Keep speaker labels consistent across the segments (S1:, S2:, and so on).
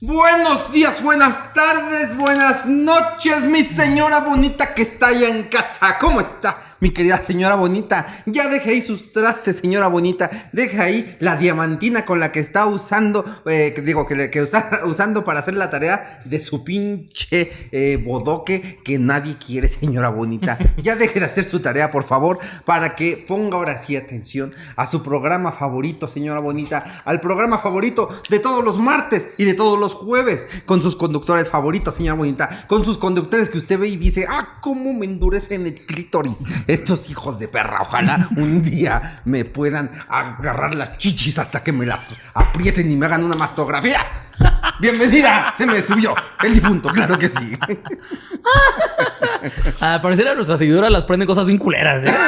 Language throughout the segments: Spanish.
S1: Buenos días, buenas tardes, buenas noches, mi señora bonita que está allá en casa. ¿Cómo está, mi querida señora bonita? Ya deje ahí sus trastes, señora bonita. Deja ahí la diamantina con la que está usando, eh, que digo, que, le- que está usando para hacer la tarea de su pinche eh, bodoque que nadie quiere, señora bonita. Ya deje de hacer su tarea, por favor, para que ponga ahora sí atención a su programa favorito, señora bonita, al programa favorito de todos los martes y de todos los jueves, con sus conductores favoritos, señora bonita, con sus conductores que usted ve y dice, ah, cómo me endurecen el clítoris. Estos hijos de perra, ojalá un día me puedan agarrar las chichis hasta que me las aprieten y me hagan una mastografía. Bienvenida, se me subió el difunto, claro que sí.
S2: Al parecer a nuestras seguidoras las prenden cosas bien culeras, ¿eh?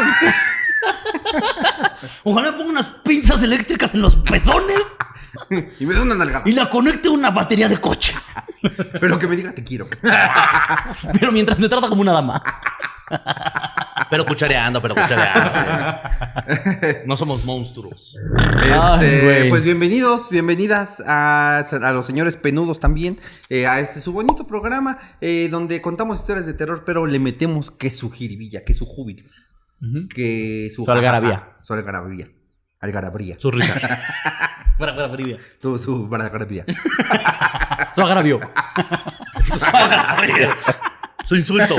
S3: Ojalá ponga unas pinzas eléctricas en los pezones
S1: Y me da una nalgada,
S3: y la conecte a una batería de coche.
S1: pero que me diga te quiero.
S2: Pero mientras me trata como una dama.
S4: Pero cuchareando, pero cuchareando. no somos monstruos.
S2: Ay,
S1: Este,
S2: güey.
S1: pues bienvenidos, bienvenidas a, a los señores penudos también, eh, a este su bonito programa eh, donde contamos historias de terror, pero le metemos que su jiribilla, que su júbilo, que su...
S2: Su algarabía.
S1: jajaja, Su algarabía. Algarabría.
S4: Sus risas.
S2: Para, para, para,
S1: Su, su algarabía.
S2: Su agravio.
S4: Su insulto.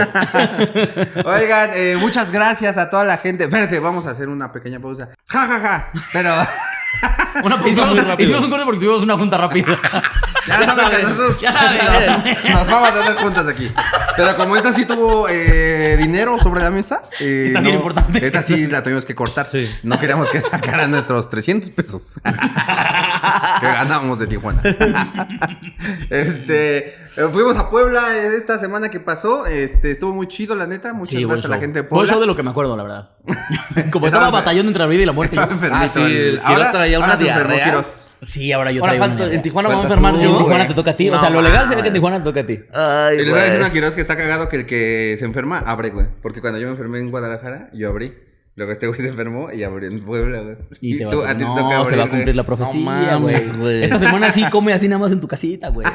S1: Oigan, eh, muchas gracias a toda la gente. Espérense, vamos a hacer una pequeña pausa. Ja, ja, ja. Pero
S3: Una
S2: Hicimos, hicimos un corte porque tuvimos una junta rápida.
S1: ya,
S2: Ya
S1: saben que
S2: saben,
S1: nosotros
S2: ya saben.
S1: nos, nos vamos a tener juntas aquí. Pero como esta sí tuvo eh, dinero sobre la mesa. eh,
S2: Esta sí era importante.
S1: Esta sí la tuvimos que cortar.
S4: Sí.
S1: No queríamos que sacaran nuestros 300 pesos que ganábamos de Tijuana. este, eh, fuimos a Puebla eh, esta semana que pasó. Este, estuvo muy chido, la neta. Muchas
S4: Sí, buen
S1: gracias a la
S4: show.
S1: gente de
S2: Fue el
S1: Puebla.
S2: show de lo que me acuerdo, la verdad.
S1: Estaba
S2: Como estaba
S1: enfer-
S2: batallando entre la vida y la muerte. Ah,
S1: Estaba enfermito.
S4: Ah, sí,
S1: el-
S4: Quiroz
S1: ahora
S4: traía
S1: ahora
S4: una
S1: se enfermó
S4: diarrea.
S1: Quiroz.
S2: Sí, ahora yo
S4: Ahora
S2: traigo
S4: falta,
S2: una
S4: en Tijuana vamos a
S1: Faltas
S4: enfermar
S1: tú,
S2: En
S4: yo.
S2: Tijuana
S1: güey.
S2: te toca a ti.
S1: No
S2: o sea, lo legal sería
S1: mames.
S2: que en Tijuana te toca a ti.
S4: Ay,
S1: Y le estaba
S4: güey.
S1: diciendo a Quiroz que está cagado que el que se enferma abre, güey. Porque cuando yo me enfermé en Guadalajara, yo abrí. Luego este güey se enfermó y abrió en Puebla, güey.
S2: Y, te va
S1: tú,
S2: a,
S1: a ti te
S2: no,
S1: toca
S2: se
S1: abrir,
S2: va a cumplir
S1: güey.
S2: la profecía,
S4: No
S2: güey.
S4: mames, güey.
S2: Esta semana sí come así nada más en tu casita, güey.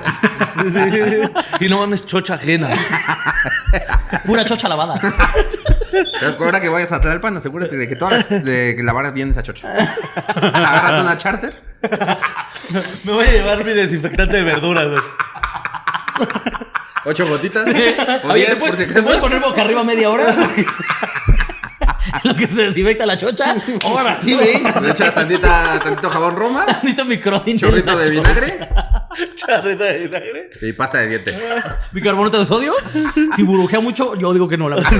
S4: Y no mames, chocha ajena.
S2: Pura chocha lavada.
S1: Pero Ahora que vayas a Tlalpan, asegúrate de que toda la, de que lavaras bien esa chocha. Agárrate una charter.
S4: Me voy a llevar mi desinfectante de verduras. güey.
S1: Ocho gotitas. O
S2: Oye,
S1: diez,
S2: ¿te
S1: por
S2: puedes,
S1: si
S2: te puedes
S1: acaso.
S2: poner boca arriba media hora? Lo que se desinfecta la chocha. Ahora sí,
S1: Sí,
S2: güey.
S1: güey. Le echas tantita, tantito jabón roma,
S2: Tantito microdin.
S1: chorrito de vinagre
S4: Charreta de vinagre.
S1: y pasta de dientes.
S2: Bicarbonato de sodio. Si burujea mucho, yo digo que no, la verdad.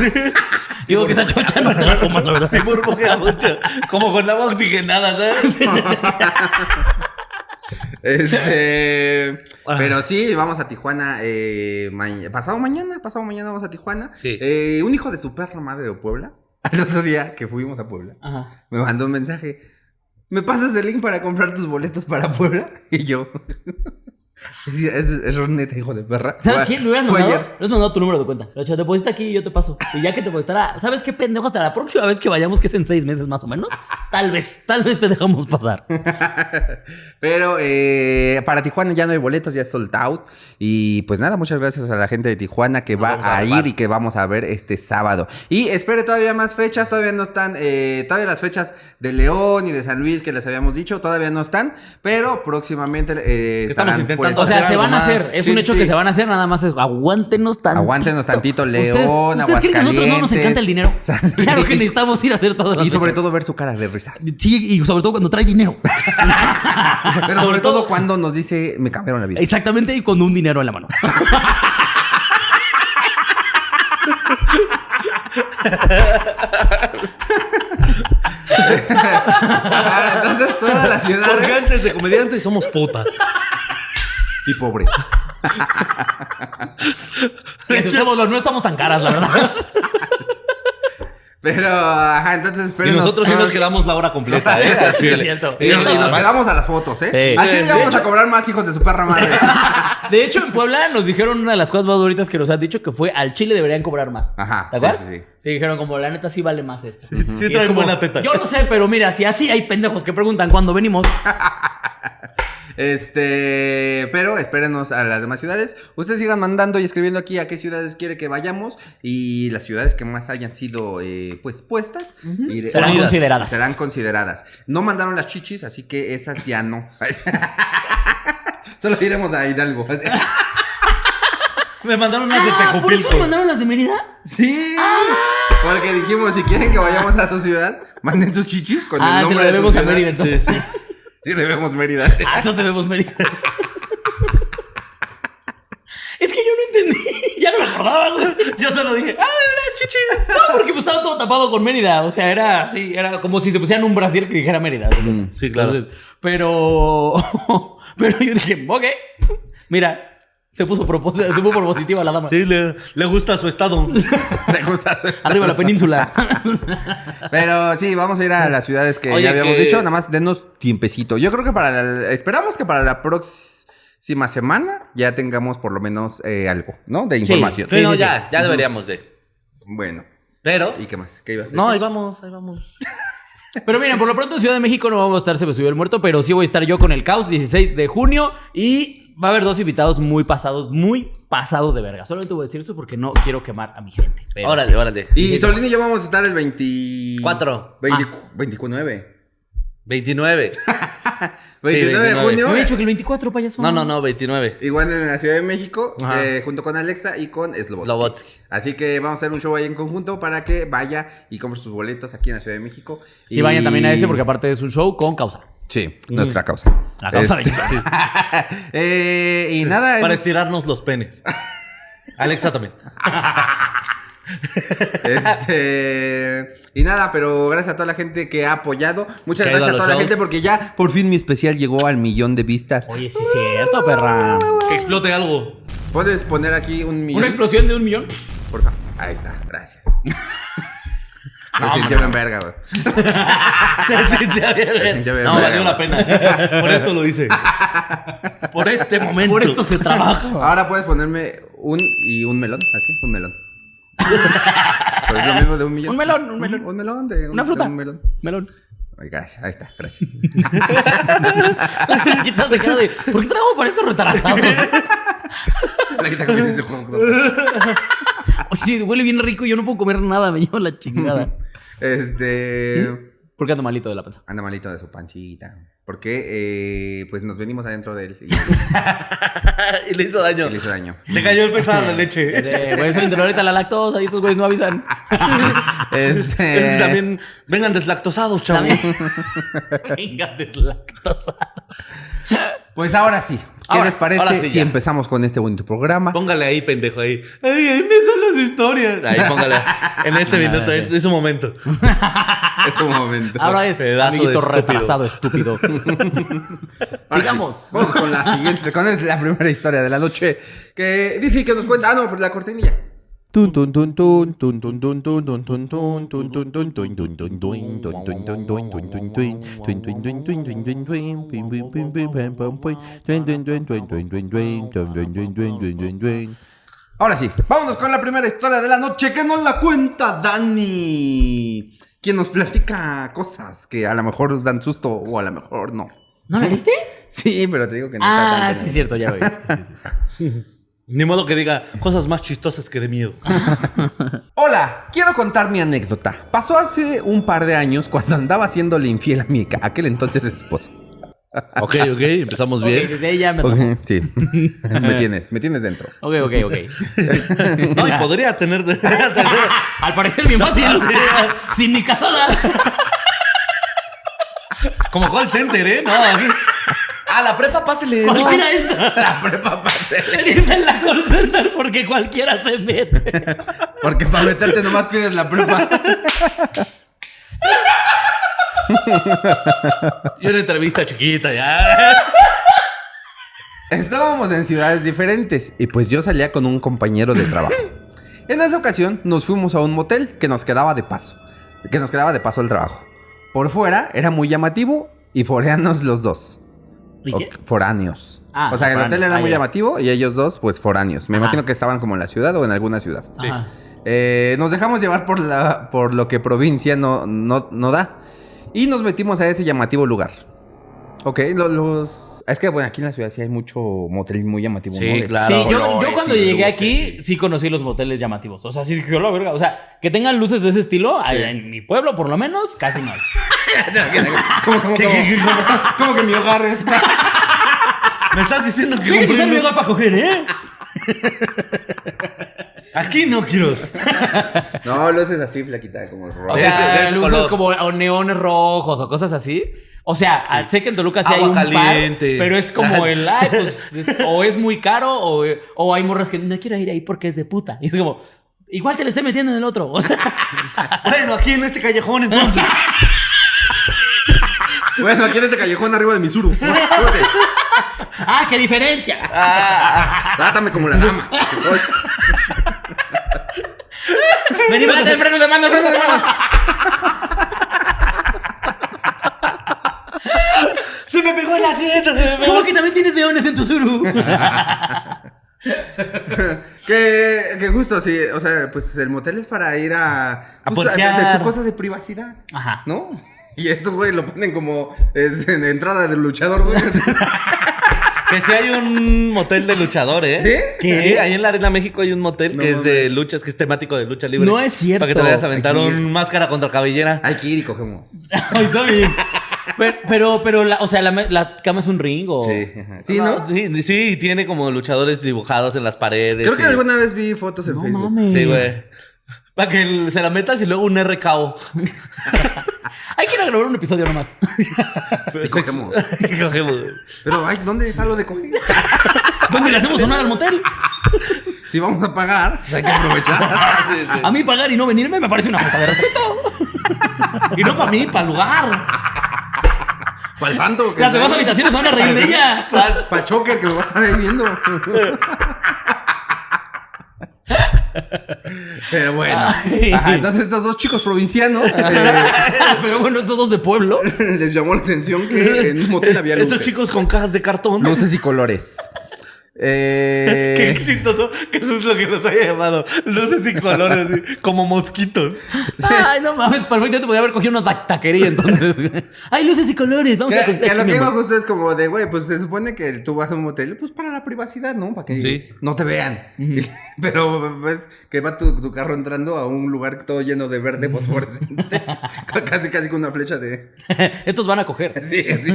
S2: digo que esa chocha no te la comas, la verdad.
S4: Sí, burbujea mucho. Como con agua oxigenada, ¿sabes?
S1: Este,
S4: Ah.
S1: pero sí, vamos a Tijuana. eh, ma- pasado mañana, pasado mañana vamos a Tijuana.
S4: Sí.
S1: Eh, un hijo de su perra madre de Puebla. Al otro día que fuimos a Puebla,
S2: Ajá.
S1: me mandó un mensaje. ¿Me pasas el link para comprar tus boletos para Puebla? Y yo. sí, es, es Roneta, hijo de perra.
S2: ¿Sabes
S1: Fue-
S2: quién? Le hubieras
S1: fue
S2: mandado, le
S1: ayer.
S2: hubieras mandado tu número de cuenta. Le dicho, deposita aquí y yo te paso. Y ya que te depositará, ¿sabes qué pendejo? Hasta la próxima vez que vayamos, que es en seis meses más o menos, tal vez, tal vez te dejamos pasar.
S1: Pero eh, para Tijuana ya no hay boletos, ya es sold out. Y pues nada, muchas gracias a la gente de Tijuana que va
S4: vamos a
S1: a, ir
S4: armar.
S1: y que vamos a ver este sábado. Y espere todavía más fechas, todavía no están, eh, todavía las fechas de León y de San Luis que les habíamos dicho, todavía no están, pero próximamente eh,
S4: Estamos
S1: estarán,
S4: intentando
S2: O sea,
S4: Hacer
S2: se
S4: algo
S2: van a hacer.
S4: más.
S2: Es
S1: Sí,
S2: un
S1: sí,
S2: hecho
S1: sí.
S2: que se van a hacer. Nada más es aguántenos tantito.
S1: Aguántenos tantito, León,
S2: ¿Ustedes, ¿ustedes creen que a nosotros no nos
S1: Aguascalientes,
S2: encanta el dinero?
S1: San
S2: Claro que
S1: Luis.
S2: necesitamos ir a hacer todas las
S1: Y sobre
S2: fechas.
S1: todo ver su cara de risa.
S2: Sí, y sobre todo cuando trae dinero.
S1: Pero sobre todo cuando nos dice, me cambiaron la vida.
S2: Exactamente, y con un dinero en la mano.
S1: Ah, Entonces toda la ciudad
S4: Porque antes de comediante somos putas.
S1: y pobres.
S2: Y aceptémoslo, no estamos tan caras, la verdad.
S1: Pero, ajá, entonces
S4: Y
S1: espérenos.
S4: nosotros sí
S1: Ah,
S4: nos quedamos la hora completa, ¿eh?
S2: Sí, es
S4: Sí,
S2: cierto.
S1: Y, nos- y nos
S4: además.
S1: quedamos a las fotos, ¿eh?
S2: Sí.
S1: Al chile ya vamos a cobrar más hijos de su perra madre.
S2: De hecho, en Puebla nos dijeron una de las cosas más bonitas que nos han dicho que fue al Chile deberían cobrar más.
S1: Ajá,
S2: ¿Te acuerdas?
S1: sí,
S2: Sí,
S1: sí, sí.
S2: dijeron como la neta sí vale más esto.
S4: sí
S2: Y es
S4: traen
S2: como,
S4: buena teta.
S1: Ah,
S2: Yo no sé, pero mira, si así hay pendejos que preguntan cuándo venimos.
S1: Este, pero espérenos a las demás ciudades. Ustedes sigan mandando y escribiendo aquí a qué ciudades quiere que vayamos y las ciudades que más hayan sido eh, pues puestas y de-
S2: Serán
S1: unidas,
S2: consideradas.
S1: Serán consideradas. No mandaron las chichis, así que esas ya no. Solo iremos a Hidalgo.
S4: Me mandaron unas de
S2: Ah, ¿Por eso me
S4: Tejupilco.
S2: mandaron las de Mérida?
S1: Sí,
S2: Ah.
S1: porque dijimos, si quieren que vayamos a su ciudad, manden sus chichis con
S2: Ah,
S1: el
S2: se lo
S1: nombre de su
S2: debemos a
S1: ciudad.
S2: Mérida entonces.
S1: Sí, debemos Mérida.
S2: Ah, entonces debemos Mérida. es que yo no entendí. Ya no me acordaba, güey. Yo solo dije, ah, era chichi. No, porque pues estaba todo tapado con Mérida. O sea, era así, era como si se pusieran un brasier que dijera Mérida.
S4: Mm, Sí, claro.
S2: Entonces, pero. pero yo dije, ok. Mira, se puso, propos- se puso propositiva la dama.
S4: Sí, le, le gusta su estado.
S1: Me gusta su estado.
S2: Arriba la península.
S1: Pero sí, vamos a ir a las ciudades que
S4: Oye,
S1: ya habíamos
S4: que-
S1: dicho. Nada más denos tiempecito. Yo creo que para la- Esperamos que para la próxima semana ya tengamos por lo menos eh, algo, ¿no? De información.
S2: Sí, sí, sí.
S4: ya deberíamos de.
S1: Bueno,
S4: Pero.
S1: ¿y qué más? ¿Qué ibas a decir?
S4: No, ahí vamos, ahí vamos.
S2: Pero miren, por lo pronto en Ciudad de México no vamos a estar, se me subió el muerto, pero sí voy a estar yo con el caos 16 de junio y va a haber dos invitados muy pasados, muy pasados de verga. Solamente voy a decir eso porque no quiero quemar a mi gente. pero
S4: Órale, órale.
S1: Y Solín y yo vamos a estar el 24.
S4: Cuatro.
S2: Ah.
S1: 29.
S4: 29.
S1: 29 de
S4: 29.
S1: junio.
S2: No he dicho que el 24, payaso.
S4: No, no, no, 29.
S1: Igual en la Ciudad de México,
S4: Ajá.
S1: eh, junto con Alexa y con Slobotsky.
S4: Slobotsky.
S1: Así que vamos a hacer un show ahí en conjunto para que vaya y compre sus boletos aquí en la Ciudad de México.
S2: Sí,
S1: Y-
S2: vayan también a ese porque aparte es un show con causa.
S1: Sí, nuestra causa.
S2: La causa
S1: Este,
S2: de
S1: eh, y nada,
S4: Para
S1: es,
S4: estirarnos los penes. Alexa también.
S1: este, y nada, pero gracias a toda la gente que ha apoyado. Muchas
S4: Que ha ido
S1: gracias a
S4: a los
S1: toda la
S4: shows.
S1: gente porque ya por fin mi especial llegó al millón de vistas.
S2: Oye, sí es cierto, perra.
S4: Que explote algo.
S1: ¿Puedes poner aquí un millón?
S2: Una explosión de un millón.
S1: Por favor. Ahí está, gracias. Se sintió bien verga, güey.
S4: Se sintió bien.
S1: sintió bien,
S4: No,
S1: verga,
S4: valió la
S1: güey.
S4: pena. Por esto lo hice. Por este momento.
S2: Por esto se trabaja.
S1: Ahora puedes ponerme un y un melón, así, un melón. Pero es lo mismo de un millón.
S2: Un melón, un melón.
S1: Un melón de un-
S2: Una fruta.
S1: de un melón.
S2: Melón.
S1: Ay, gracias, ahí está, gracias.
S2: La quita se queda de. ¿Por qué trabajo para estos retrasados?
S1: La que te comiste ese juego.
S2: Oye, sí, huele bien rico y yo no puedo comer nada, me llevo la chingada.
S1: Este.
S2: ¿Por qué ando malito de la panza?
S1: Anda malito de su panchita. Porque, eh, pues nos venimos adentro de él y,
S4: y le hizo daño.
S1: y le hizo daño.
S4: Le cayó el pesado a la leche.
S2: Eh, güey, soy intolerante a la lactosa y estos güeyes no avisan.
S1: Este.
S4: Esos también vengan deslactosados, chavos.
S2: También. Venga, deslactosa.
S1: Pues ahora sí. ¿Qué
S4: Ahora
S1: les
S4: sí,
S1: parece
S4: ahora sí,
S1: si
S4: ya.
S1: empezamos con este bonito programa?
S4: Póngale ahí, pendejo, ahí. Ay, ahí me son las historias. Ahí, póngale. En este minuto es, es su momento.
S1: Es un momento.
S2: Ahora es
S4: Pedazo de
S2: amiguito
S4: estúpido.
S2: retrasado, estúpido.
S1: Ahora
S2: Sigamos.
S1: sí, vamos con la siguiente, con la primera historia de la noche. Que dice que nos cuenta. Ah, no, por la cortinilla.
S5: Tun tun tun tun tun tun tun tun tun tun tun tun tun tun tun tun tun tun tun tun tun tun tun tun tun. Tun tun tun tun tun tun tun. Pim, pim, pim, pim, pam, pam, pum. Tun, tun, tun, tun, tun, tun, tun. Tun, tun, tun, tun, tun, tun, tun.
S1: Ahora sí, vámonos con la primera historia de la noche que nos la cuenta Dani. Quien nos platica cosas que a lo mejor dan susto o a lo mejor no.
S2: ¿No la viste?
S1: Sí, pero te digo que no. está
S2: Ah,
S1: tan-
S2: sí, es cierto, ya veis. Sí, sí, sí.
S4: Ni modo que diga cosas más chistosas que de miedo.
S1: Hola, quiero contar mi anécdota. Pasó hace un par de años cuando andaba haciéndole infiel a mi aquel entonces esposo.
S4: Ok, ok, empezamos
S2: Ok, desde ahí ya me tocó.
S1: Ok, Sí, me tienes, me tienes dentro.
S2: Ok, ok, ok.
S4: No, y podría tener.
S2: Al parecer bien fácil. Sin ni casada.
S4: Como call center, ¿eh? No. A la prepa, pásele. ¿no?
S2: Cualquiera entra.
S1: La prepa
S2: Le dicen la call center porque cualquiera se mete.
S1: Porque para meterte nomás pides la prepa.
S4: Y una entrevista chiquita, ya.
S1: Estábamos en ciudades diferentes y pues yo salía con un compañero de trabajo. En esa ocasión nos fuimos a un motel que nos quedaba de paso, que nos quedaba de paso al trabajo. Por fuera era muy llamativo y foráneos los dos.
S2: ¿Y
S1: O-
S2: qué?
S1: Foráneos.
S2: Ah,
S1: o sea, el
S2: foráneos.
S1: hotel era
S2: Ah,
S1: muy
S2: ya.
S1: llamativo y ellos dos pues foráneos. Me
S2: Ajá.
S1: imagino que estaban como en la ciudad o en alguna ciudad.
S2: Ajá.
S1: Eh, nos dejamos llevar por, la, por lo que provincia no, no, no da. Y nos metimos a ese llamativo lugar. Ok, lo- los cosas. Es que, bueno, aquí en la ciudad sí hay mucho motel muy llamativo.
S4: Sí,
S1: De-
S4: claro.
S2: sí, yo, yo
S4: colores
S2: cuando
S4: y
S2: llegué
S4: luces,
S2: aquí
S4: sí.
S2: sí. conocí los moteles llamativos. O sea, sí dije, "A la verga. O sea, que tengan luces de ese estilo, allá en mi pueblo por lo menos, casi no. hay.
S1: ¿Cómo, cómo, cómo? ¿Cómo que mi hogar es?
S4: Me estás diciendo que
S2: Tiene que ser mi
S4: un
S2: lugar para coger, ¿eh?
S4: Aquí no quiero.
S1: No, lo haces así, flaquita, como rojo.
S2: O
S4: Ese, de
S2: sea,
S4: ese
S2: luces
S4: color.
S2: como o neones rojos o cosas así. O sea, ah, sé que en Toluca sí
S4: Agua
S2: hay un
S4: caliente.
S2: par, pero es como el, ay, pues, es- o es muy caro o, o hay morras que no quiero ir ahí porque es de puta. Y es como, igual te le estoy metiendo en el otro. O sea,
S4: Bueno, aquí en este callejón, entonces.
S1: Bueno, aquí en este callejón arriba de mi suru.
S2: ¡ah, qué diferencia!
S4: Ah.
S1: Trátame como la dama que soy.
S2: Venimos a hacer-
S1: freno de mano, el freno de mano!
S4: Se me pegó el asiento. se me pegó.
S3: ¿Cómo que también tienes leones en tu suru?
S1: que, que justo, sí. O sea, pues el motel es para ir a.
S4: A
S1: pues, de- de
S4: portear.
S1: tu cosa de privacidad.
S2: Ajá.
S1: ¿No? Y estos güeyes lo ponen como eh, en entrada del luchador, güey.
S4: Que si hay un motel de luchador, ¿eh?
S1: ¿Sí?
S4: Que ahí en la Arena México hay un motel
S1: No
S4: que es de luchas, que es temático de lucha libre.
S2: No es cierto.
S4: Para que te vayas a aventar
S1: Aquí-
S4: un máscara contra cabellera.
S1: Hay que ir y cogemos.
S2: Ay, está bien. Pero, pero, pero la- o sea, la, me- la cama es un ring o...
S1: Sí, ajá. Sí, ¿no?
S4: Sí, sí, y tiene como luchadores dibujados en las paredes.
S1: Creo que
S4: y-
S1: alguna Mm. vez vi fotos en
S2: No
S1: Facebook.
S2: mames.
S4: Sí, güey. Para que el- se la metas y luego un RKO.
S2: Hay que ir a grabar un episodio nomás.
S1: Y cogemos.
S4: Y cogemos.
S1: Pero, ay, ¿dónde está lo de coger?
S2: Donde le hacemos sonar al motel.
S1: Si vamos a pagar, pues hay que aprovechar.
S4: Sí, sí.
S2: A mí pagar y no venirme me parece una falta de respeto. Y no para mí, para el lugar.
S1: Pa'l santo. que
S2: Las
S1: está
S2: demás
S1: ahí.
S2: habitaciones van a reír de ella.
S1: Pa'l choker que lo va a estar ahí viendo. Pero bueno.
S2: Ay.
S1: Ajá, entonces estos dos chicos provincianos eh,
S2: Pero bueno, estos dos de pueblo.
S1: les llamó la atención que en un motel había luces.
S4: Estos chicos con cajas de cartón.
S1: Luces y colores. Eh,
S4: Qué chistoso que eso es lo que nos haya llamado. Luces y colores, así, como mosquitos.
S2: Ay, no mames, perfectamente podría haber cogido una ta- taquería entonces. Hay luces y colores, vamos a
S1: Que,
S2: contar.
S1: que lo
S2: mi
S1: que iba
S2: amor.
S1: justo es como de, güey, pues se supone que tú vas a un motel, pues para la privacidad, ¿no? Para que
S4: Sí.
S1: no te vean. Pero ves que va tu, tu carro entrando a un lugar todo lleno de verde fosforescente. Con- casi, casi con una flecha de...
S2: Estos van a coger.
S1: Sí, sí.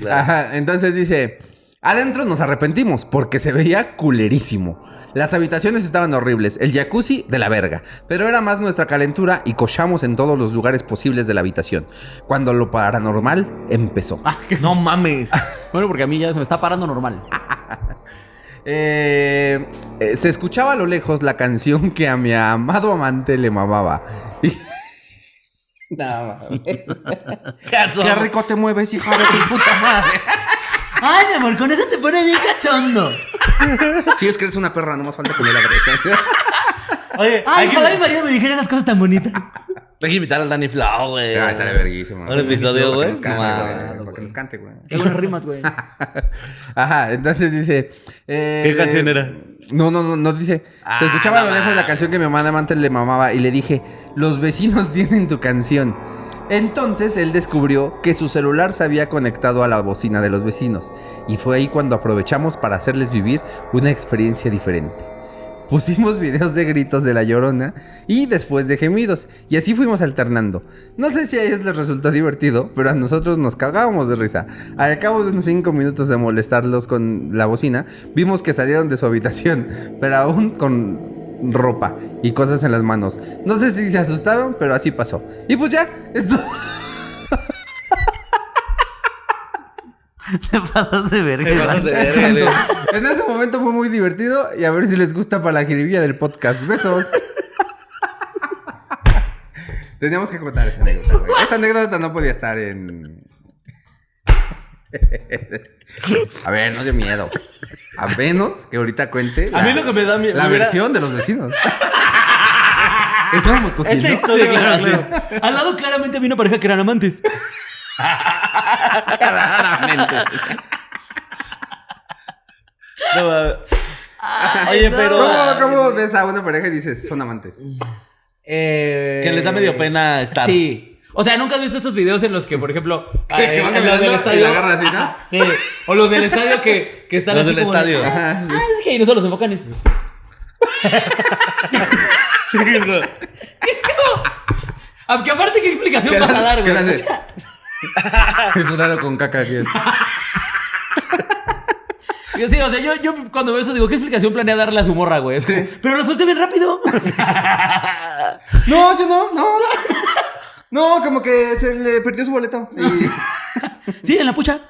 S4: Sí,
S1: Ajá, entonces dice... Adentro nos arrepentimos porque se veía culerísimo. Las habitaciones estaban horribles, el jacuzzi de la verga, pero era más nuestra calentura y cochamos en todos los lugares posibles de la habitación, cuando lo paranormal empezó.
S4: No mames.
S2: Bueno, porque a mí ya se me está parando normal.
S1: Eh, eh, se escuchaba a lo lejos la canción que a mi amado amante le mamaba. Y- No, mames. Qué rico te mueves, hija de tu puta madre.
S3: Ay, mi amor, con eso te pones bien cachondo.
S1: Si es que eres una perra, no más falta que me la agregues.
S4: Oye,
S3: Ay,
S4: hay que,
S3: ojalá y María me dijera esas cosas tan bonitas.
S4: hay que invitar al Danny Flow, güey.
S1: Ah, estaría verguísima.
S4: Un episodio, güey.
S1: Para que nos cante,
S4: Mamado,
S1: güey, para que nos cante, güey.
S2: Qué buenas rimas, güey.
S1: Ajá, entonces dice. eh,
S4: ¿Qué canción era?
S1: No, no, no, no dice.
S4: Ah,
S1: se escuchaba a lo
S4: no
S1: lejos la
S4: mames.
S1: canción que mi mamá amante le mamaba y le dije: Los vecinos tienen tu canción. Entonces él descubrió que su celular se había conectado a la bocina de los vecinos. Y fue ahí cuando aprovechamos para hacerles vivir una experiencia diferente. Pusimos videos de gritos de la llorona y después de gemidos. Y así fuimos alternando. No sé si a ellos les resultó divertido, pero a nosotros nos cagábamos de risa. Al cabo de unos 5 minutos de molestarlos con la bocina, vimos que salieron de su habitación, pero aún con ropa y cosas en las manos. No sé si se asustaron, pero así pasó. Y pues ya, esto...
S3: Te pasas de
S4: Te
S3: verga.
S4: pasas de verga, güey.
S1: en ese momento fue muy divertido y a ver si les gusta para la jiribilla del podcast. Besos. Teníamos que contar esta anécdota, güey. Esta anécdota no podía estar en. a ver, no dio miedo. A menos que ahorita cuente.
S4: A mí lo que me da miedo-
S1: La
S4: me hubiera-
S1: versión de los vecinos. Estábamos cogiendo.
S4: Esta historia,
S2: Claro,
S4: claro,
S2: claro. Al lado claramente vi una pareja que eran amantes.
S1: Claramente.
S4: No mames. Oye, pero.
S1: ¿Cómo, ¿Cómo ves a una pareja y dices, son amantes?
S2: Eh,
S4: Que les da medio pena estar.
S2: Sí. O sea, ¿nunca has visto estos videos en los que, por ejemplo, eh,
S1: Que te van
S2: en los
S1: caminando
S2: del
S1: y
S2: estadio.
S1: la agarras así, ¿no?
S2: Ajá, sí. O los del estadio que, que están
S4: Los
S2: así
S4: del
S2: como de-
S4: estadio.
S1: Ajá.
S2: Ah, es que ahí no se los enfocan. y- Es como. Aunque aparte, ¿qué explicación
S1: ¿Qué
S2: vas
S1: le
S2: a
S1: hace-
S2: dar,
S1: qué
S2: güey?
S1: le
S2: O
S1: hace?
S2: sea,
S4: Ah.
S1: Es un dado con caca aquí.
S2: yo sí, o sea, yo, yo cuando veo eso digo, ¿qué explicación planea darle a su morra, güey? Es como, Pero lo suelte bien rápido.
S1: No, yo no, no. No, como que se le perdió su boleto. Y...
S2: Sí, en la pucha.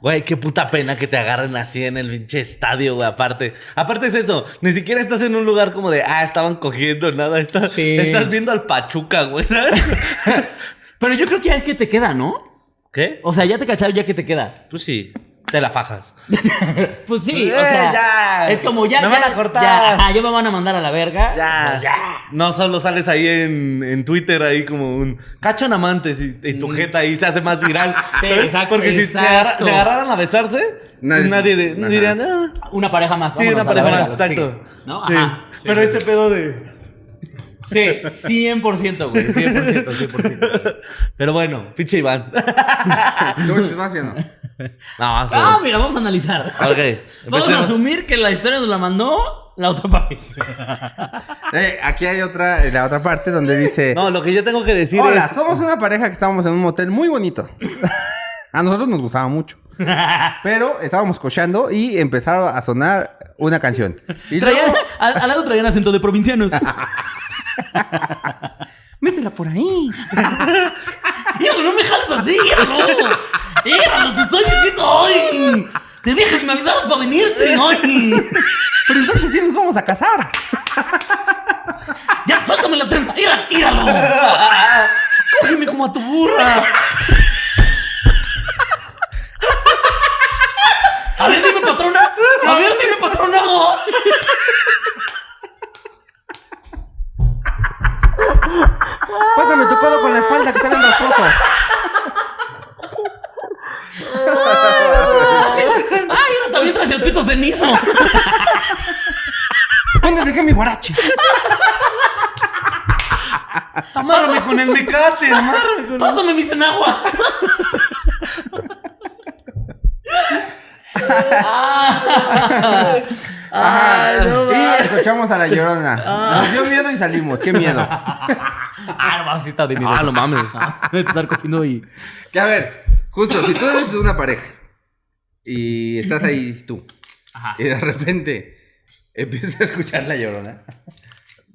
S4: Güey, qué puta pena que te agarren así en el pinche estadio, güey. Aparte, aparte es eso, ni siquiera estás en un lugar como de, ah, estaban cogiendo, nada. Estás,
S2: Sí.
S4: estás viendo al Pachuca, güey, ¿sabes?
S2: Pero yo creo que ya es que te queda, ¿no?
S4: ¿Qué?
S2: O sea, ya te cacharon, ya que te queda.
S4: Tú sí, te la fajas.
S2: Pues sí, o
S4: Eh,
S2: sea.
S4: ya.
S2: Es como ya.
S4: Me
S2: ya,
S4: van a cortar.
S2: Ya, ajá, ya me van a mandar a la verga. Pues ya.
S4: No solo sales ahí en, en Twitter, ahí como un cachan amantes y, y tu jeta ahí se hace más viral.
S2: Mm. Sí,
S4: ¿sabes?
S2: exacto,
S4: Porque si se,
S2: exacto.
S4: agarra- se agarraran a besarse,
S1: Nadie-
S4: nadie, de-
S1: Ajá.
S4: diría, "Ah,
S2: Una pareja más.
S4: Sí, una
S2: vámonos a la
S4: pareja más,
S2: verga, lo que
S4: exacto.
S2: sigue, ¿No?
S4: Sí.
S2: Ajá. Sí,
S4: Pero
S2: sí,
S4: este pedo de.
S2: Sí, 100%, güey. 100%, 100%.
S4: Pero bueno, pinche Iván.
S1: Dulces más, ¿sí o no?
S4: No, sí.
S2: Ah, mira, vamos a analizar.
S4: Ok.
S2: Vamos a
S4: empecemos.
S2: asumir que la historia nos la mandó la otra pareja.
S1: Eh, aquí hay otra, la otra parte donde dice...
S4: No, lo que yo tengo que decir
S1: Hola,
S4: es.
S1: somos una pareja que estábamos en un motel muy bonito. A nosotros nos gustaba mucho. Pero estábamos cochando y empezaron a sonar una canción. Y
S2: Traían-
S1: luego,
S2: al, al lado traían acento de provincianos.
S1: métela por ahí.
S2: ¡Híralo, no me jales así! ¡Híralo! ¡Híralo, te estoy diciendo hoy! Te dije que me avisaras para venirte hoy.
S1: Pero entonces sí nos vamos a casar.
S2: ¡Ya, suéltame la trenza! ¡Híralo, híralo!
S4: Cógeme como a tu burra.
S2: A ver, dime, patrona. A ver, dime, patrona.
S1: Pásame tu codo con la espalda que está bien rasposo.
S2: ¡Ay, mira, también traes el pito cenizo!
S1: ¿Dónde dejé mi guarache?
S4: Amárrame con el mecate, amárrame con
S2: ¡Pásame mis enaguas! ¡Ay, no mames!
S1: y escuchamos a la llorona. Nos dio miedo y salimos. Qué miedo.
S2: Ah, no mames, sí está de miedo.
S4: Ah, no mames.
S2: Me estar cogiendo y.
S1: Que a ver, justo, si tú eres una pareja y estás ahí tú,
S2: Ajá.
S1: y de repente empiezas a escuchar la llorona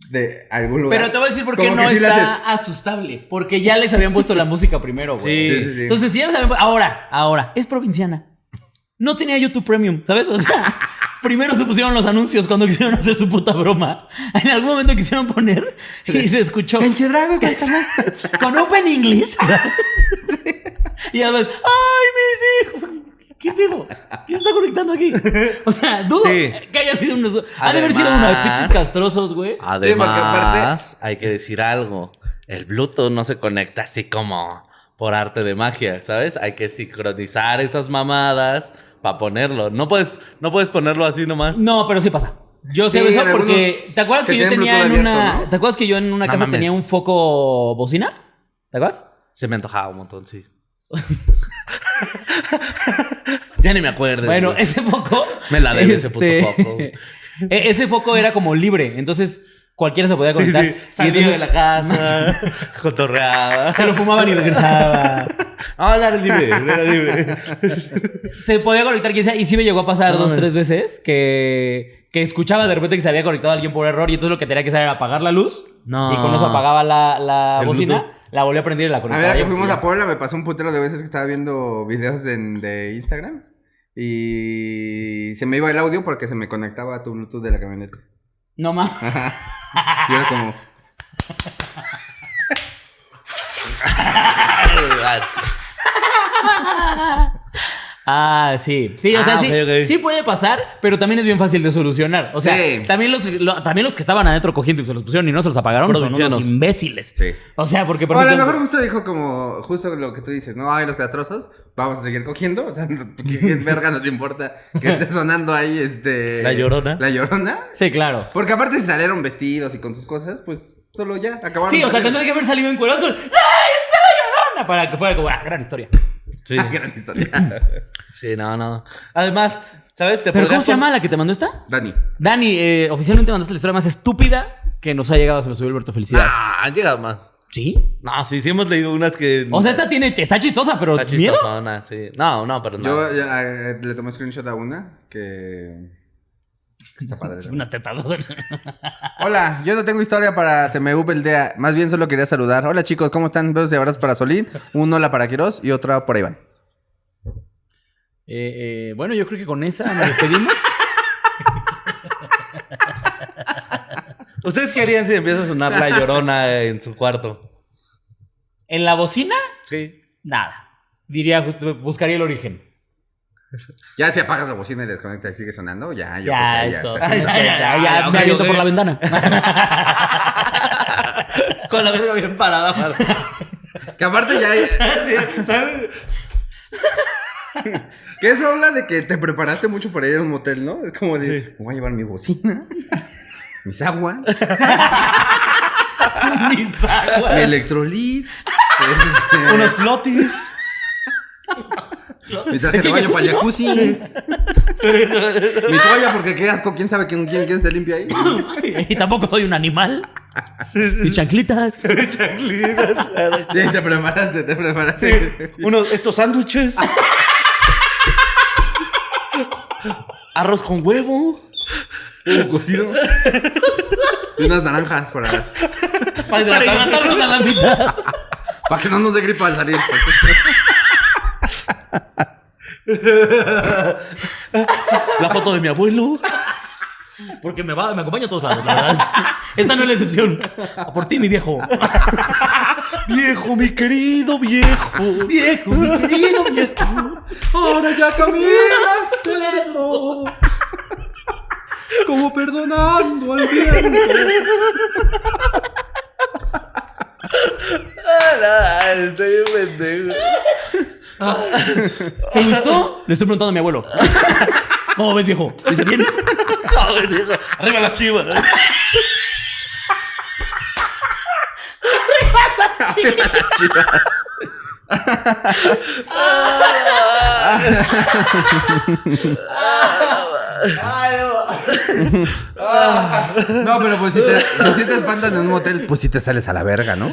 S1: de algún lugar.
S2: Pero te voy a decir por qué
S1: como
S2: no
S1: que sí le
S2: está
S1: haces,
S2: asustable. Porque ya les habían puesto la música primero, güey.
S1: Sí, sí, sí.
S2: Entonces, si ya les habían puesto. Ahora, ahora, es provinciana. No tenía YouTube Premium, ¿sabes? O sea, primero se pusieron los anuncios cuando quisieron hacer su puta broma. En algún momento quisieron poner y se escuchó.
S1: Pinche drago, cuéntame.
S2: con Open English. y además, ¡ay, Messi! ¿Qué pedo? ¿Qué se está conectando aquí? O sea, dudo
S4: Sí.
S2: que haya sido unos. Ha de haber sido uno de
S4: Además-
S2: pinches castrosos, güey.
S1: porque
S4: Además,
S1: aparte-
S4: hay que decir algo. El Bluetooth no se conecta así como por arte de magia, ¿sabes? Hay que sincronizar esas mamadas para ponerlo. No puedes, no puedes ponerlo así nomás.
S2: No, pero sí pasa. Yo sé
S1: Sí,
S2: eso
S1: en
S2: porque.
S1: algunos
S2: ¿Te acuerdas que
S1: que
S2: yo
S1: tienen
S2: tenía en
S1: Bluetooth
S2: una.
S1: abierto, ¿no?
S2: ¿Te acuerdas que yo en una
S4: No
S2: casa
S4: mames.
S2: tenía un foco bocina? ¿Te acuerdas?
S4: Se me antojaba un montón, sí. ya ni me acuerdo.
S2: Bueno, ese foco.
S4: Pues Me la debe ese puto foco.
S2: e- Ese foco era como libre. Entonces, cualquiera se podía
S4: sí,
S2: conectar. Y
S4: sí. Salía de
S2: entonces
S4: la casa, cotorreaba.
S2: Se lo fumaban y regresaba.
S4: Hola, era libre, era libre.
S2: se podía conectar quien sea. Y sí me llegó a pasar dos, tres veces que, que escuchaba de repente que se había conectado alguien por error. Y entonces lo que tenía que hacer era apagar la luz.
S4: No.
S2: Y con eso apagaba la, la
S4: El
S2: bocina,
S4: Bluetooth.
S2: la volví a prender y la
S1: A
S2: conectaba.
S1: ver, que
S2: yo,
S1: fuimos
S2: porque
S1: a Puebla, me pasó un putero de veces que estaba viendo videos en- de Instagram y se me iba el audio porque se me conectaba a tu Bluetooth de la camioneta.
S2: No mames.
S1: Y era como,
S2: Ah, sí. Sí, o sea,
S4: Ah,
S2: sí,
S4: ok, ok.
S2: sí puede pasar, pero también es bien fácil de solucionar. O sea,
S1: Sí.
S2: también, los, lo- también los que estaban adentro cogiendo y se los pusieron y no se los apagaron son unos
S4: Provincianos.
S2: imbéciles.
S1: Sí.
S2: O sea, porque por
S1: O a lo
S2: ejemplo-
S1: mejor justo dijo como, justo lo que tú dices, no, hay los castrosos, vamos a seguir cogiendo, o sea, no- ¿qué, qué verga nos importa que esté sonando ahí este...
S4: La llorona.
S1: La llorona.
S2: Sí, claro.
S1: Porque aparte si salieron vestidos y con sus cosas, pues... Solo ya, acabaron.
S2: Sí, o sea, tendría que haber salido en cueros con. ¡Ay, estaba llorona! Para que fuera como ah, gran historia.
S4: Sí.
S1: Ah, gran historia.
S4: Sí, no, no. Además, ¿sabes? Te
S2: ¿Pero
S4: podrías
S2: cómo se
S4: pon-
S2: llama la que te mandó esta?
S1: Dani.
S2: Dani, eh, oficialmente mandaste la historia más estúpida que nos ha llegado. Se me subió Alberto. Felicidades.
S4: Ah, han llegado más.
S2: ¿Sí?
S4: No, sí, sí hemos leído unas que.
S2: O sea, esta tiene, está chistosa, pero
S4: Está
S2: miedo.
S4: chistosona, sí. No, no, pero no.
S1: Yo ya, eh, le tomé screenshot a una que. que Está padre. ¿no?
S2: Unas Eh, tetas.
S1: Hola, yo no tengo historia para Se me Beldea. Más bien solo quería saludar. Hola chicos, ¿cómo están? Besos y abrazos para Solín. Un hola para Quiroz y otra para Iván.
S2: Eh, eh, bueno, yo creo que con esa nos despedimos.
S4: ¿Ustedes qué harían si empieza a sonar la llorona en su cuarto?
S2: ¿En la bocina?
S4: Sí.
S2: Nada. Diría, justo- buscaría el origen.
S1: Ya si apagas la bocina y le desconectas y sigue sonando, ya, yo
S2: Ya,
S1: creo que
S2: esto-
S1: ya.
S2: ya, ya, ya,
S4: ya,
S2: ya,
S4: ya,
S2: me
S4: ok,
S2: aviento
S4: ok.
S2: por la ventana.
S4: Con la verga bien parada. para-
S1: Que aparte ya hay- Que eso habla de que te preparaste mucho para ir a un motel, ¿no? Es como de, me voy a llevar mi bocina, mis aguas,
S2: Mis aguas.
S1: mi electrolit, este,
S4: Unos flotis.
S1: mi traje de baño para jacuzzi, mi toalla porque qué asco, quién sabe quién, quién, quién se limpia ahí.
S2: y tampoco soy un animal. Y chanclitas.
S1: Sí, te preparaste, te preparaste.
S4: Unos, estos sándwiches. Arroz con huevo.
S1: Un cocido. Y unas naranjas para,
S4: Para
S2: Para hidratarnos a la mitad.
S1: para que no nos dé gripa al salir.
S4: La foto de mi abuelo.
S2: Porque me va, me acompaña a todos lados, la verdad. Esta no es la excepción. A por ti, mi viejo.
S4: Viejo, mi querido viejo.
S2: Viejo, mi querido viejo.
S1: Ahora ya caminas, claro. Como perdonando al viento.
S2: Ah,
S4: Estoy pendejo.
S2: ¿Te gustó? Le estoy preguntando a mi abuelo. ¿Cómo ves, viejo? Dice bien.
S4: ¿Sabes eso? Arriba las chivas.
S2: ¿eh?
S1: No, pero pues si te, si sí te espantan en un motel, pues si te sales a la verga, ¿no?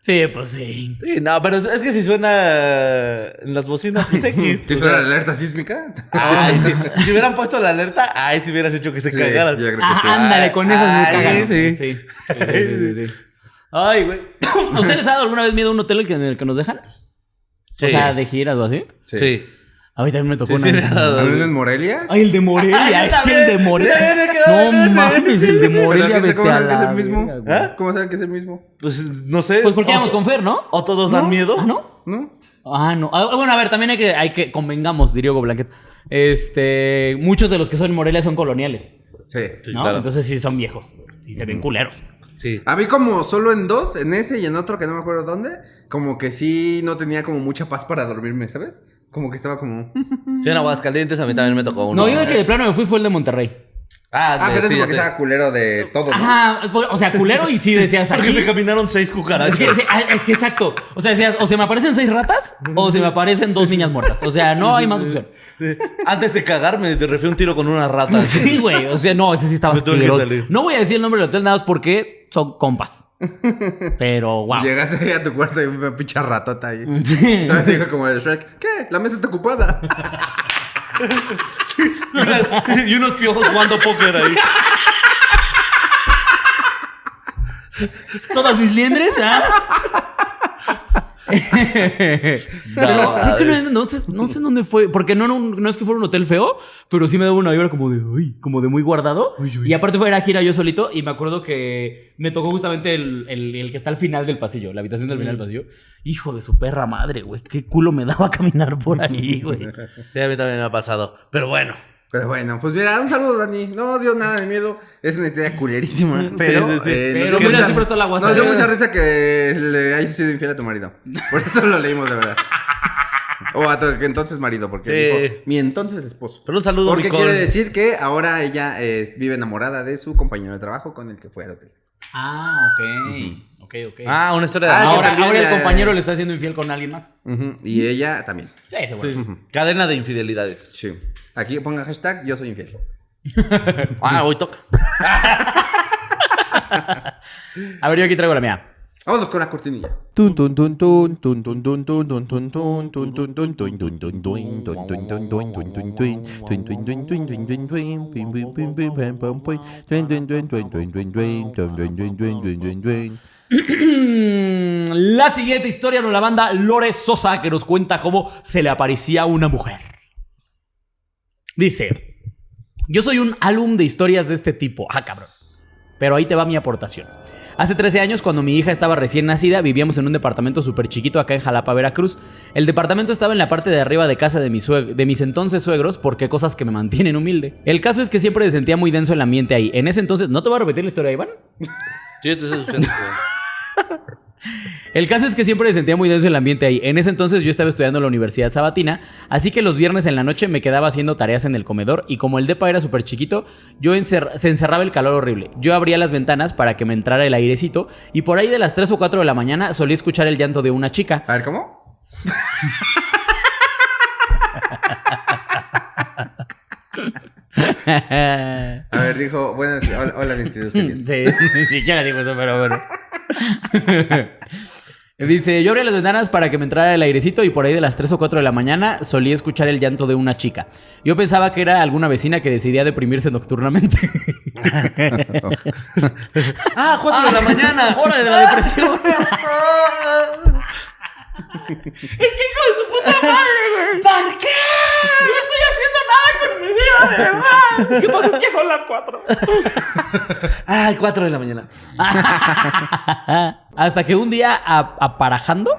S2: Sí, pues sí.
S4: Sí, no, pero es- es que si suena en las bocinas, pues X.
S1: Si fuera la alerta sísmica.
S4: Ay, sí. si hubieran puesto la alerta, ay, si hubieras hecho que se
S1: Sí,
S4: cagaran.
S1: yo creo que
S2: Ah,
S1: sí.
S2: ándale, con eso se
S4: Ay,
S2: cagan.
S4: sí.
S2: sí, sí, sí, sí, sí. Ay, güey. ¿A usted les ha dado alguna vez miedo a un hotel en el que nos dejan? O sea, de giras o así.
S1: Sí.
S2: A mí también me tocó
S4: Sí,
S2: una
S4: sí,
S2: vez.
S4: me ha dado.
S1: ¿A mí en Morelia?
S2: Ay, el de Morelia.
S4: Ay,
S2: es
S4: yo
S2: que el de
S4: también. Ya me
S2: Morelia.
S4: había quedado en
S2: No
S4: ese.
S2: mames, el de Morelia.
S1: ¿Pero qué-
S2: Vete
S1: ¿Cómo
S2: a
S1: saben que es
S2: la
S1: el mismo?
S2: verga, güey.
S4: ¿Ah?
S1: ¿Cómo saben que es el mismo?
S4: Pues no sé.
S2: Pues porque
S4: O-
S2: íbamos con Fer, ¿no?
S4: ¿O todos dan miedo?
S2: ¿Ah, no?
S1: ¿No?
S2: Ah, no. Ah, bueno, a ver, también hay que, hay que convengamos, diría Hugo Blanquet. Este, muchos de los que son en Morelia son coloniales,
S1: Sí.
S4: Sí,
S2: ¿no?
S4: claro.
S2: Entonces sí son viejos y se ven culeros.
S4: Sí.
S1: A mí como solo en dos, en ese y en otro que no me acuerdo dónde, como que sí no tenía como mucha paz para dormirme, ¿sabes? Como que estaba como...
S4: Sí, en Aguascalientes a mí también me tocó uno.
S2: No, yo el que de plano me fui fue el de Monterrey.
S4: Ah,
S1: Ah,
S4: de-
S1: pero eso
S4: sí, ya
S1: porque
S4: sé.
S1: estaba culero de todo, ¿no?
S2: Ajá, pues, o sea, culero y sí decías
S4: Porque
S2: aquí.
S4: me caminaron seis
S2: Es
S4: cucarachas.
S2: que, ah, es que exacto. O sea, decías, o se me aparecen seis ratas o se me aparecen dos niñas muertas. O sea, no hay más opción.
S4: Sí. Antes de cagarme, te refiero un tiro con una rata.
S2: Sí, güey. O sea, no, ese sí estaba
S4: Me tuve que
S2: asqueroso.
S4: salir.
S2: No voy a decir el nombre del hotel nada más porque son compas. Pero,
S4: Ah.
S2: wow.
S1: Llegaste ahí a tu cuarto y una pinche ratota ahí.
S2: Sí.
S1: Entonces dijo como el Shrek, ¿qué? La mesa está ocupada.
S4: Y una- y unos piojos jugando póker ahí.
S2: Todas mis liendres, ¿ah? Pero creo que no, no sé, no sé en dónde fue, porque no, era un- no es que fuera un hotel feo, pero sí me daba una vibra como de, uy, como de muy guardado. Y aparte fue era gira yo solito y me acuerdo que me tocó justamente el, el- el que está al final del pasillo, la habitación del final del pasillo. Hijo de su perra madre, güey, qué culo me daba caminar por ahí, güey.
S4: Sí, a mí también me ha pasado. Pero bueno.
S1: Pero bueno, pues mira, un saludo, Dani. No dio nada de miedo. Es una historia culerísima. Pero,
S4: sí, sí.
S1: eh,
S2: Pero
S1: nos dio
S2: mira,
S1: mucha-
S2: siempre está la guasa.
S1: Nos
S4: ¿eh?
S1: dio mucha risa que le hayas sido infiel a tu marido. Por eso lo leímos, de verdad. O a tu entonces marido, porque
S4: Sí.
S1: dijo, mi entonces esposo.
S4: Pero un saludo,
S1: Porque
S4: Nicole.
S1: quiere decir que ahora ella eh, vive enamorada de su compañero de trabajo con el que fue al hotel.
S2: Ah, ok. Ok, ok.
S4: Ah, una historia de
S1: Ah,
S4: amor.
S2: ahora,
S1: también,
S2: ahora
S1: ya,
S2: el
S1: ya,
S2: compañero
S1: ya.
S2: le está haciendo infiel con alguien más.
S1: Ujú, Y ella también.
S2: Sí, seguro.
S4: Sí. Cadena de infidelidades.
S1: Sí. Aquí ponga hashtag yo soy infiel.
S4: Ah, hoy toca.
S2: A ver, yo aquí traigo la mía.
S1: Vámonos con la cortinilla.
S5: Tun, tun, tun, tun, tun, tun, tun, tun, tun, tun, tun, tun, tun, tun, tun, tun, tun, tun, tun, tun, tun, tun, tun, tun, tun, tun, tun, tun, tun, tun, tun, tun, pim, pim, pim, pim, pam, pam, pum, tun, tun, tun, tun, tun, tun, tun, tun, tun, tun, tun, tun, tun, tun.
S2: La siguiente historia nos la manda Lore Sosa, que nos cuenta cómo se le aparecía una mujer. Dice: Yo soy un álbum de historias de este tipo. Ah, cabrón. Pero ahí te va mi aportación. Hace 13 años, cuando mi hija estaba recién nacida, vivíamos en un departamento súper chiquito acá en Jalapa, Veracruz. El departamento estaba en la parte de arriba de casa de, mi sueg- de mis entonces suegros, porque cosas que me mantienen humilde. El caso es que siempre se sentía muy denso el ambiente ahí. En ese entonces, ¿no te voy a repetir la historia, Iván?
S4: Sí, yo te estoy escuchando.
S2: El caso es que siempre me sentía muy denso el ambiente ahí. En ese entonces yo estaba estudiando en la Universidad Sabatina, así que los viernes en la noche me quedaba haciendo tareas en el comedor y como el depa era súper chiquito, yo encer- se encerraba el calor horrible. Yo abría las ventanas para que me entrara el airecito y por ahí de las 3 o 4 de la mañana solía escuchar el llanto de una chica.
S1: A ver, ¿cómo? A ver, dijo, buenas, hola, hola mis queridos peques.
S2: Sí, ya digo eso, pero bueno. Dice, yo abría las ventanas para que me entrara el airecito y por ahí de las 3 o 4 de la mañana solía escuchar el llanto de una chica. Yo pensaba que era alguna vecina que decidía deprimirse nocturnamente.
S4: Ah, cuatro de la mañana. Ah.
S2: ¡Hora de la depresión!
S3: ¿Por qué?
S2: ¿Qué pasa? Es que son las 4.
S4: Ay, cuatro de la mañana.
S2: Hasta que un día, a- aparajando,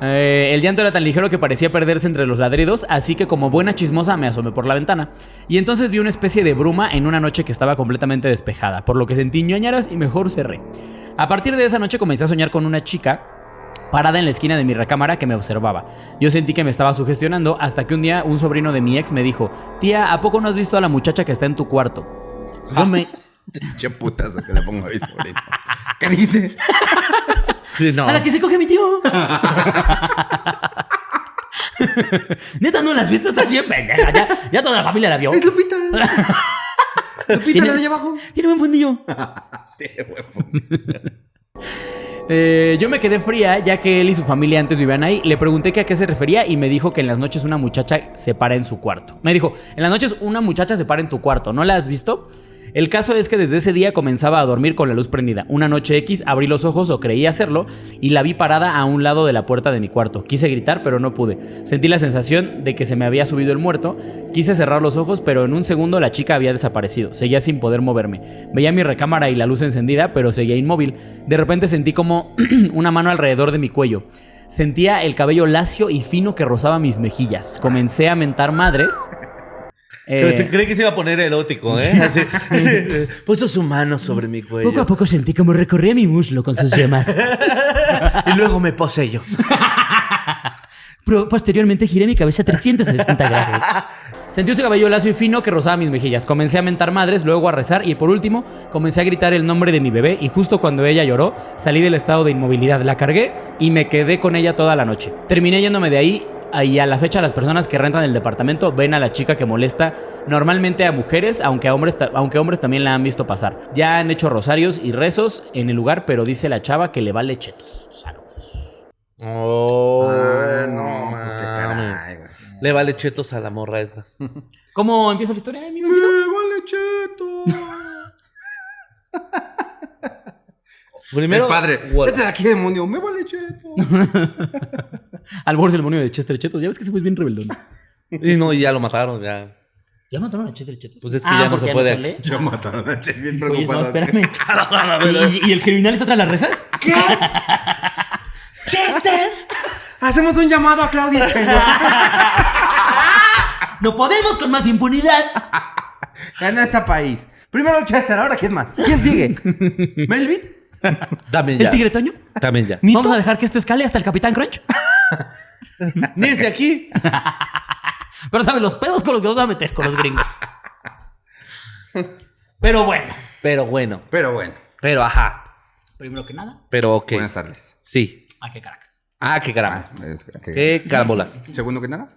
S2: eh, el llanto era tan ligero que parecía perderse entre los ladridos, así que como buena chismosa me asomé por la ventana. Y entonces vi una especie de bruma en una noche que estaba completamente despejada, por lo que sentí ñoñaras y mejor cerré. A partir de esa noche comencé a soñar con una chica parada en la esquina de mi recámara que me observaba. Yo sentí que me estaba sugestionando hasta que un día un sobrino de mi ex me dijo, tía, ¿a poco no has visto a la muchacha que está en tu cuarto? Yo me...
S1: Che putazo que le pongo a mi sobrino. ¿Qué dijiste?
S4: Sí, no.
S3: A la que se coge mi tío. Neta, no las has visto, estás bien pendeja.
S2: Ya, ya toda la familia la vio.
S1: ¡Es Lupita! Lupita, la de allá abajo.
S3: Tiene buen fundillo.
S2: Eh, yo me quedé fría ya que él y su familia antes vivían ahí. Le pregunté que a qué se refería y me dijo que en las noches una muchacha se para en su cuarto. Me dijo, en las noches una muchacha se para en tu cuarto, ¿no la has visto? El caso es que desde ese día comenzaba a dormir con la luz prendida. Una noche X abrí los ojos o creí hacerlo y la vi parada a un lado de la puerta de mi cuarto. Quise gritar pero no pude. Sentí la sensación de que se me había subido el muerto. Quise cerrar los ojos pero en un segundo la chica había desaparecido. Seguía sin poder moverme. Veía mi recámara y la luz encendida pero seguía inmóvil. De repente sentí como una mano alrededor de mi cuello. Sentía el cabello lacio y fino que rozaba mis mejillas. Comencé a mentar madres.
S4: Pero
S2: Eh,
S4: se cree que se iba a poner erótico, ¿eh? Así. Puso su mano sobre mi cuello.
S3: Poco a poco sentí como recorría mi muslo con sus yemas.
S4: Y luego me poseyó.
S3: Pro- posteriormente giré mi cabeza 360 grados.
S2: Sentí su cabello lacio y fino que rozaba mis mejillas. Comencé a mentar madres, luego a rezar y por último comencé a gritar el nombre de mi bebé y justo cuando ella lloró salí del estado de inmovilidad, la cargué y me quedé con ella toda la noche. Terminé yéndome de ahí y a la fecha las personas que rentan el departamento ven a la chica que molesta normalmente a mujeres, aunque a hombres, ta- aunque hombres también la han visto pasar. Ya han hecho rosarios y rezos en el lugar, pero dice la chava que le vale chetos. Saludos.
S4: Oh.
S1: Ah, no, pues qué
S4: mames.
S1: caray, güey.
S4: Le vale chetos a la morra esta.
S2: ¿Cómo empieza la historia, amigo?
S1: vale cheto!
S4: Primero.
S1: El padre.
S4: What-
S1: Vete este de aquí, demonio. ¡Me vale cheto!
S2: Al borde del monio de Chester Chetos. Ya ves que ese güey es bien rebeldón.
S4: Y no, y ya lo mataron, ya.
S3: ¿Ya mataron a Chester Chetos?
S4: Pues es que
S2: Ah,
S4: ya no
S2: porque
S4: se
S2: ya
S4: puede.
S2: lee.
S1: Ya mataron a Che, bien
S3: Oye, no,
S1: preocupado.
S3: espérame. ¿Y, y el criminal está tras las rejas?
S1: Hacemos un llamado a Claudia Che.
S3: ¡No podemos con más impunidad!
S1: Gana este país. Primero Chester, ahora ¿quién más? ¿Quién sigue? ¿Melvin?
S4: También ya.
S3: ¿El tigre Toño?
S4: También ya.
S3: ¿Vamos a dejar que esto escale hasta el Capitán Crunch?
S4: Ni es de aquí.
S3: Pero sabe los pedos con los que nos va a meter con los gringos. Pero bueno,
S4: Pero bueno.
S1: Pero bueno.
S4: Pero ajá.
S2: Primero que nada,
S4: Pero ok.
S1: Buenas tardes.
S4: Sí.
S2: ¿a qué caracas?
S4: Ah, qué
S1: Ah,
S4: caramba.
S1: es- es- que-
S4: Qué carambolas.
S1: Segundo que nada.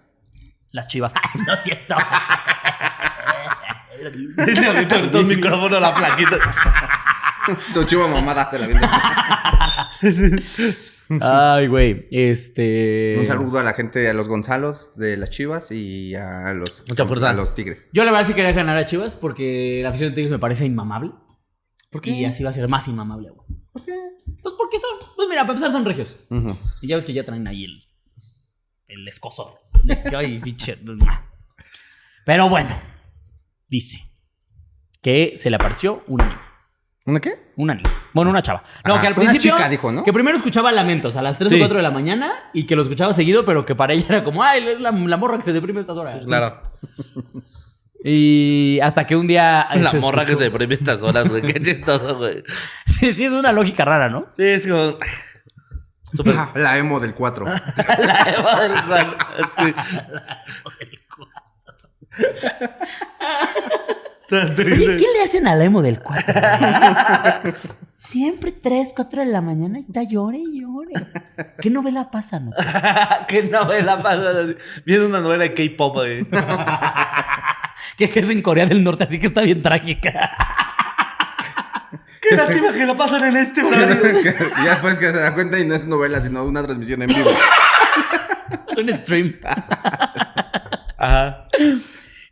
S2: Las chivas. Ay, no es cierto.
S4: Le ahorita ahorita un micrófono a la plaquita.
S1: Su chiva mamada de la vida.
S2: Ay, güey. Este.
S1: Un saludo a la gente, a los Gonzalos de las Chivas y a los,
S4: Mucha fuerza.
S1: a los Tigres.
S2: Yo la verdad sí quería ganar a Chivas porque la afición de Tigres me parece inmamable. Y así va a ser más inmamable, güey.
S1: ¿Por qué?
S2: Pues porque son. Pues mira, para empezar son regios.
S1: Ujú.
S2: Y ya ves que ya traen ahí el. El escosor. De que, ay, pinche, nah. Pero bueno. Dice. Que se le apareció una niña.
S1: ¿Una qué?
S2: Una niña. Bueno, una chava. No,
S1: Ajá.
S2: que al
S1: Una
S2: principio.
S1: chica, dijo, ¿no?
S2: Que primero escuchaba lamentos a las 3
S4: Sí.
S2: o 4 de la mañana y que lo escuchaba seguido, pero que para ella era como, ay, es la, la morra que se deprime a estas horas.
S4: Claro.
S2: Y hasta que un día. eh,
S4: La morra que se deprime estas horas, güey. Qué chistoso, güey.
S2: Sí, sí, es una lógica rara, ¿no?
S4: Sí, es como. Súper.
S1: Ah, La emo del 4.
S4: La Eva del Ran- sí. Tan
S3: Oye,
S4: triste.
S3: ¿qué le hacen al emo del 4? Siempre 3, 4 de la mañana y da llore y llore. ¿Qué novela pasa, no?
S4: ¿Qué novela pasa? Viene una novela de K-pop, güey.
S2: Que, que es en Corea del Norte, así que está bien trágica.
S4: Qué lástima que la pasan en este horario.
S1: ya pues que se da cuenta y no es novela, sino una transmisión en vivo.
S2: Un stream.
S4: Ajá.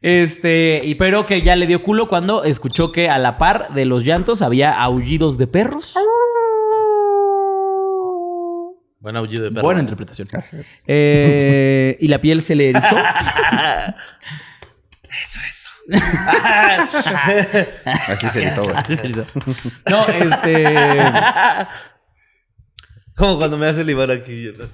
S2: Este, y pero que ya le dio culo cuando escuchó que a la par de los llantos había aullidos de perros.
S4: Buen aullido de perro.
S2: Buena interpretación. Eh, y la piel se le erizó.
S4: Eso, eso.
S1: Así se hizo, güey.
S2: Se erizó. No, este.
S4: Como cuando me hace el Iván aquí. ¿no?